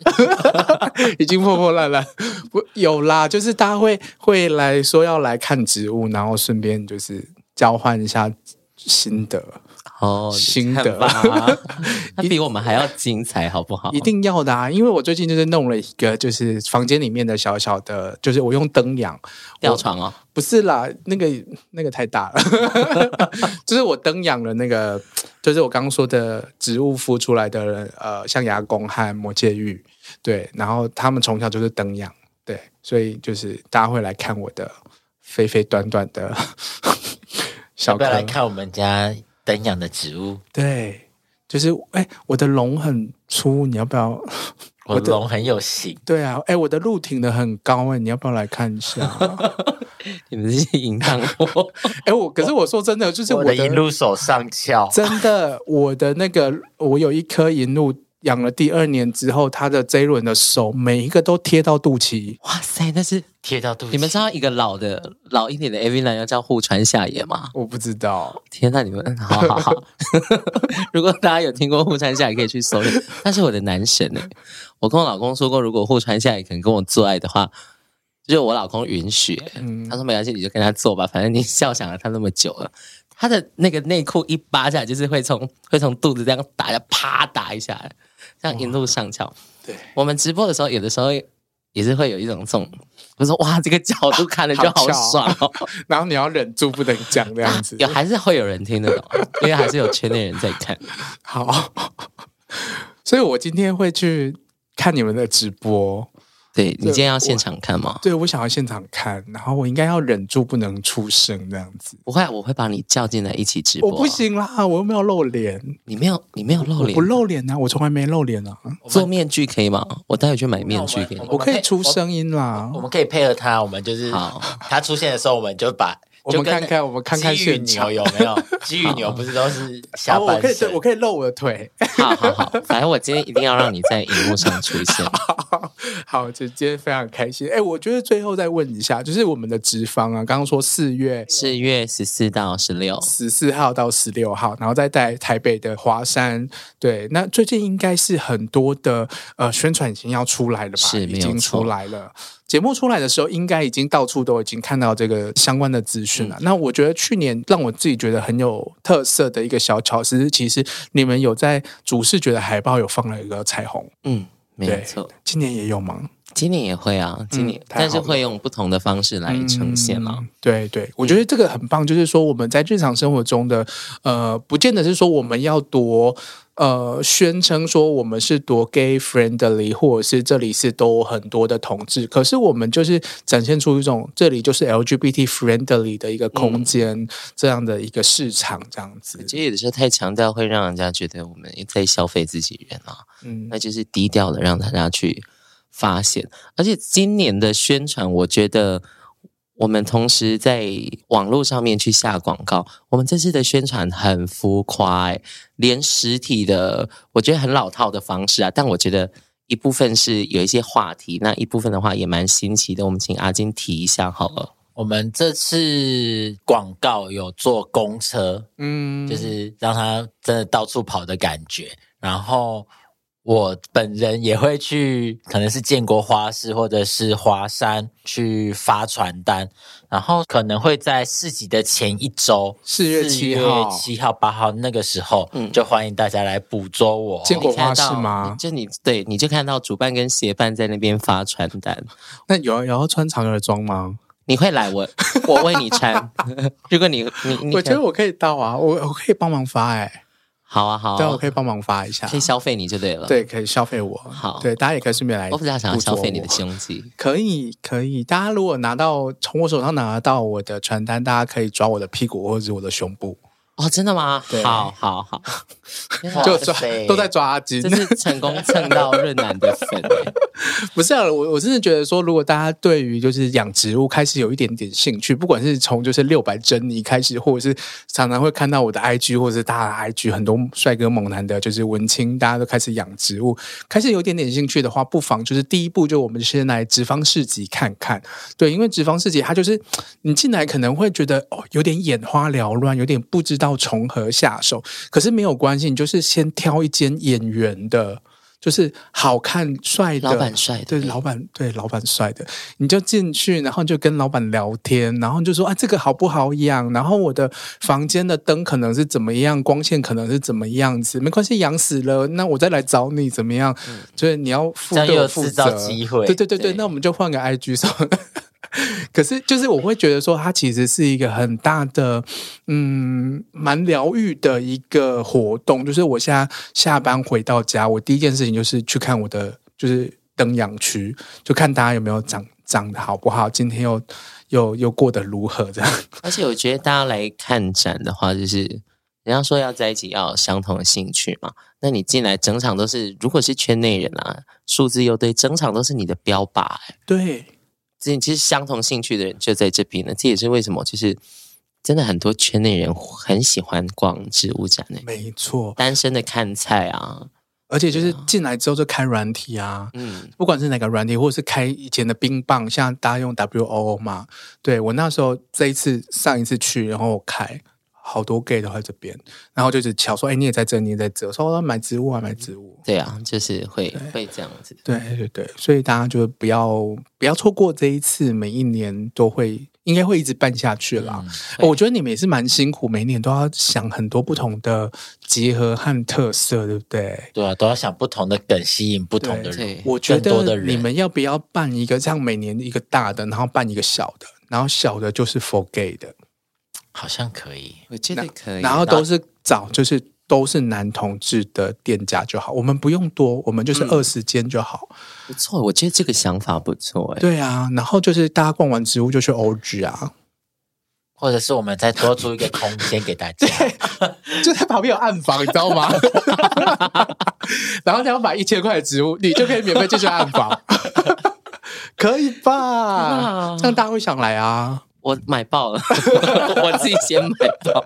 S3: 已经破破烂烂。不有啦，就是大家会会来说要来看植物，然后顺便就是交换一下心得。
S1: 哦，
S3: 新的
S1: 你看吧，他比我们还要精彩，好不好？
S3: 一定要的啊！因为我最近就是弄了一个，就是房间里面的小小的，就是我用灯养，
S1: 吊床哦，
S3: 不是啦，那个那个太大 了，就是我灯养了那个，就是我刚刚说的植物孵出来的呃象牙公和魔界玉，对，然后他们从小就是灯养，对，所以就是大家会来看我的肥肥短短 的小
S2: 要不
S3: 哥
S2: 要来看我们家等养的植物？
S3: 对，就是哎、我的龙很粗，你要不要？
S2: 我的龙很有型，
S3: 对啊，哎，我的路挺的很高哎、你要不要来看一 下？
S1: 你们这些淫荡货，
S3: 哎，我可是我说真的，就是
S2: 我
S3: 我
S2: 的
S3: 的
S2: 一路手上翘，
S3: 真的，我的那个我有一颗银鹭，养了第二年之后，它的这一轮的手每一个都贴到肚脐。
S1: 哇塞，那是
S2: 贴到肚脐。
S1: 你们知道一个老的老一点的 AV 男要叫互穿下野吗？
S3: 我不知道，
S1: 天呐，你们好好好！ 如果大家有听过户川夏，也可以去搜猎。他是我的男神哎、我跟我老公说过，如果户川夏也肯跟我做爱的话，就是我老公允许、欸
S3: 嗯
S1: 他，说没关系，你就跟他做吧，反正你笑想了他那么久了。他的那个内裤一扒下来，就是会从会从肚子这样打下，啪打一下来，这样一路上翘。
S3: 对，
S1: 我们直播的时候，有的时候也是会有一种这种，我说哇，这个角度看了就好
S3: 好翘
S1: 爽哦。
S3: 然后你要忍住不能讲 这样子
S1: 有。还是会有人听得懂，啊因为还是有圈内人在 看。
S3: 好，所以我今天会去看你们的直播，
S1: 对你
S3: 对
S1: 今天要
S3: 我
S1: 现场看吗？
S3: 对我想要现场看，然后我应该要忍住不能出声这样子。
S1: 不会啊，我会把你叫进来一起直播。啊
S3: 我不，行啦，我又没有露脸，
S1: 你没有你没有露
S3: 我
S1: 脸，
S3: 不露脸啊，我从来没露脸啊，
S1: 做面具可以吗？我待会去买面具给
S2: 那
S1: 你。
S2: 我
S3: 我
S2: 们
S3: 可
S2: 可以
S3: 以出声音啦
S2: 我。们可以配合他，我们就是
S1: 好
S2: 他出现的时候，我们就把
S3: 我们
S2: 就跟
S3: 看看我们看看
S2: 鸡与
S3: 现场
S2: 牛有 没有？鸡与牛不是都是下
S3: 好，哦我
S2: 半
S3: 可以，
S2: 身？
S3: 对我可以露我的腿。
S1: 好好好，反正我今天一定要让你在荧幕上出 现。
S3: 好，就今天非常开心。哎、我觉得最后再问一下，就是我们的职方啊，刚刚说四月
S1: 四月十四到十六，
S3: 十四号到十六号，然后再在台北的华山，对，那最近应该是很多的呃宣传已经要出来了吧？
S1: 是
S3: 已
S1: 没有
S3: 经
S1: 错
S3: 出来了。节目出来的时候，应该已经到处都已经看到这个相关的资讯了。
S1: 嗯
S3: 那我觉得去年让我自己觉得很有特色的一个小巧思，其实你们有在主视觉的海报有放了一个彩虹，
S1: 嗯，没有错。
S3: 今年也有吗？
S1: 今年也会啊，今年、
S3: 嗯太好
S1: 但
S3: 了
S1: 是会用不同的方式来呈现啊了。
S3: 嗯对对，我觉得这个很棒，就是说我们在日常生活中的，呃，不见得是说我们要多。呃，宣称说我们是多 gay friendly，或者是这里是都很多的同志，可是我们就是展现出一种这里就是 LGBT friendly 的一个
S1: 嗯
S3: 空间，这样的一个市场，这样子
S1: 我。觉得有的时候太强调，会让人家觉得我们在消费自己人啊。
S3: 嗯
S1: 那就是低调的让大家去发现。而且今年的宣传，我觉得我们同时在网络上面去下广告，我们这次的宣传很浮夸、欸，连实体的，我觉得很老套的方式啊。但我觉得一部分是有一些话题，那一部分的话也蛮新奇的。我们请阿金提一下好了。
S2: 我们这次广告有做公车，
S3: 嗯，
S2: 就是让他真的到处跑的感觉。然后我本人也会去，可能是建国花市或者是华山去发传单，然后可能会在市集的前一周，
S3: 4月7号
S2: 七号、八号那个时候，
S1: 嗯
S2: 就欢迎大家来捕捉我。
S3: 建国花
S1: 看
S3: 市
S1: 到
S3: 吗？
S1: 就你对，你就看到主办跟协办在那边发传单，
S3: 那有有要穿长耳装吗？
S1: 你会来我我为你穿。 如果你你你
S3: 我觉得我可以到啊，我我可以帮忙发哎，
S1: 好啊好啊，
S3: 对啊，我可以帮忙发一下
S1: 可，以消费你就对了。，
S3: 对，可以消费我，
S1: 好
S3: 对，大家也可以顺便来，
S1: 我比较想要消费你的。胸肌。
S3: 可以，可以。大家如果拿到从我手上拿到我的传单，大家可以抓我的屁股或者是我的胸部，
S1: 哦，真的吗？
S3: 对
S1: 好好 好，天啊
S3: 就抓
S2: 哇塞
S3: 都在抓阿金
S1: 这。是成功蹭到润南的粉欸、
S3: 不是啊，我我真的觉得说，如果大家对于就是养植物开始有一点点兴趣，不管是从就是六百珍妮开始，或者是常常会看到我的 IG 或者是大家的 IG 很多帅哥猛男的，就是文青，大家都开始养植物，开始有一点点兴趣的话，不妨就是第一步，就我们先来植方市集看看。对，因为植方市集它就是你进来可能会觉得哦有点眼花缭乱，有点不知道从何下手，可是没有关系，你就是先挑一间眼缘的。就是好看帅的
S1: 老板帅的哎
S3: 对老板对老板帅的，你就进去，然后就跟老板聊天，然后就说啊这个好不好养，然后我的房间的灯可能是怎么样，光线可能是怎么样子，没关系，养死了，那我再来找你怎么样？就是你要负
S2: 这样
S3: 对
S2: 又
S3: 我
S2: 有
S3: 负
S2: 制造
S3: 责，
S2: 机会
S3: 对对对对，
S1: 对
S3: 那我们就换个 IG 上。 可是，就是我会觉得说，它其实是一个很大的，嗯，蛮疗愈的一个活动。就是我现在下班回到家，我第一件事情就是去看我的，就是灯养区，就看大家有没有
S2: 嗯
S3: 长长得好不好，今天又又又过得如何这样。
S1: 而且我觉得大家来看展的话，就是人家说要在一起要有相同的兴趣嘛。那你进来整场都是，如果是圈内人啊，数字又对，整场都是你的标靶、欸。
S3: 对，
S1: 这其实相同兴趣的人就在这边了，这也是为什么就是真的很多圈内人很喜欢逛植物展呢、欸
S3: 没错。
S1: 单身的看菜啊，
S3: 而且就是进来之后就开软体啊，
S1: 嗯，
S3: 不管是哪个软体，或者是开以前的冰棒，像大家用 WOO 嘛，对我那时候这一次上一次去，然后我开好多 gay 都在这边，然后就只瞧说，哎、你也在这，你也在这，我说我要买植物啊，买植物。
S1: 对啊，就是会会这样子。
S3: 对对对，所以大家就不要不要错过这一次，每一年都会应该会一直办下去啦。哦
S1: 会
S3: 我觉得你们也是蛮辛苦，每一年都要想很多不同的结合和特色，对不对？
S2: 对啊，都要想不同的梗吸引不同的
S1: 对
S2: 人。
S3: 我觉
S2: 更多
S3: 得
S2: 的人
S3: 你们要不要办一个，像每年一个大的，然后办一个小的，然后小的就是 for gay 的，
S2: 好像可以。
S1: 我觉得可以，
S3: 然后都是找就是都是男同志的店家就好，我们不用多，我们就是
S2: 嗯
S3: 二十间就好。
S1: 不错，我觉得这个想法不错哎、
S3: 对啊，然后就是大家逛完植物就去 OG 啊，
S2: 或者是我们再多出一个空间给大家，
S3: 就在旁边有暗房，你知道 吗？然后他要买一千块的植物，你就可以免费进去暗 房，可以吧？
S1: 啊
S3: 这样大家会想来啊。
S1: 我买爆了， 我自己先买 爆。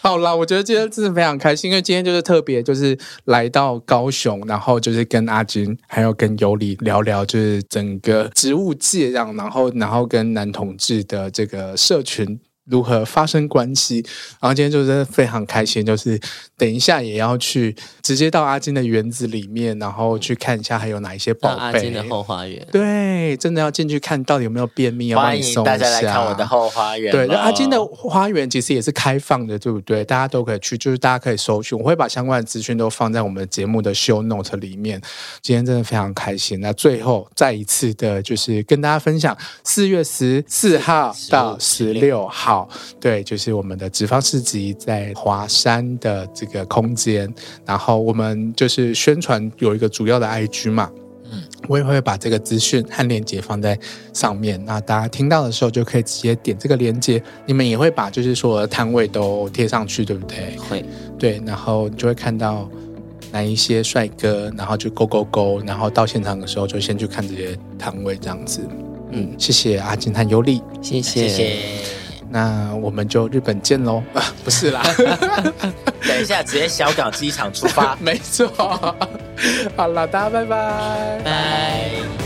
S3: 好啦，我觉得今天真是非常开心，因为今天就是特别就是来到高雄，然后就是跟阿金还有跟尤里聊聊，就是整个植物界这样，然后然后跟男同志的这个社群。如何发生关系？然后今天就是非常开心，就是等一下也要去直接到阿金的园子里面，然后去看一下还有哪一些
S1: 到
S2: 啊
S3: 宝
S1: 阿
S3: 贝
S1: 金。的后花园，
S3: 对，真的要进去看到底有没有便秘，要帮
S2: 欢
S3: 你
S2: 迎
S3: 送
S2: 大家来
S3: 一下
S2: 看我的后花园。
S3: 对，那阿金的花园其实也是开放的，对不对？大家都可以去，就是大家可以搜寻，我会把相关的资讯都放在我们的节目的 show note 里面。今天真的非常开心。那最后再一次的，就是跟大家分享，四月十四号到十六号，对，就是我们的直方市集在华山的这个空间，然后我们就是宣传有一个主要的 IG 嘛，我也会把这个资讯和链接放在上面，那大家听到的时候就可以直接点这个链接。你们也会把就是所有的摊位都贴上去，对不对？
S1: 会
S3: 对，然后你就会看到哪一些帅哥，然后就勾勾勾，然后到现场的时候就先去看这些摊位这样子。
S1: 嗯，
S3: 谢谢阿金和尤里，
S1: 谢
S2: 谢
S1: 谢，
S2: 谢。
S3: 那我们就日本见喽。啊， 不是啦，
S2: 等一下，直接小 港机场出发
S3: ，没错。好了，大家拜拜。
S2: 拜。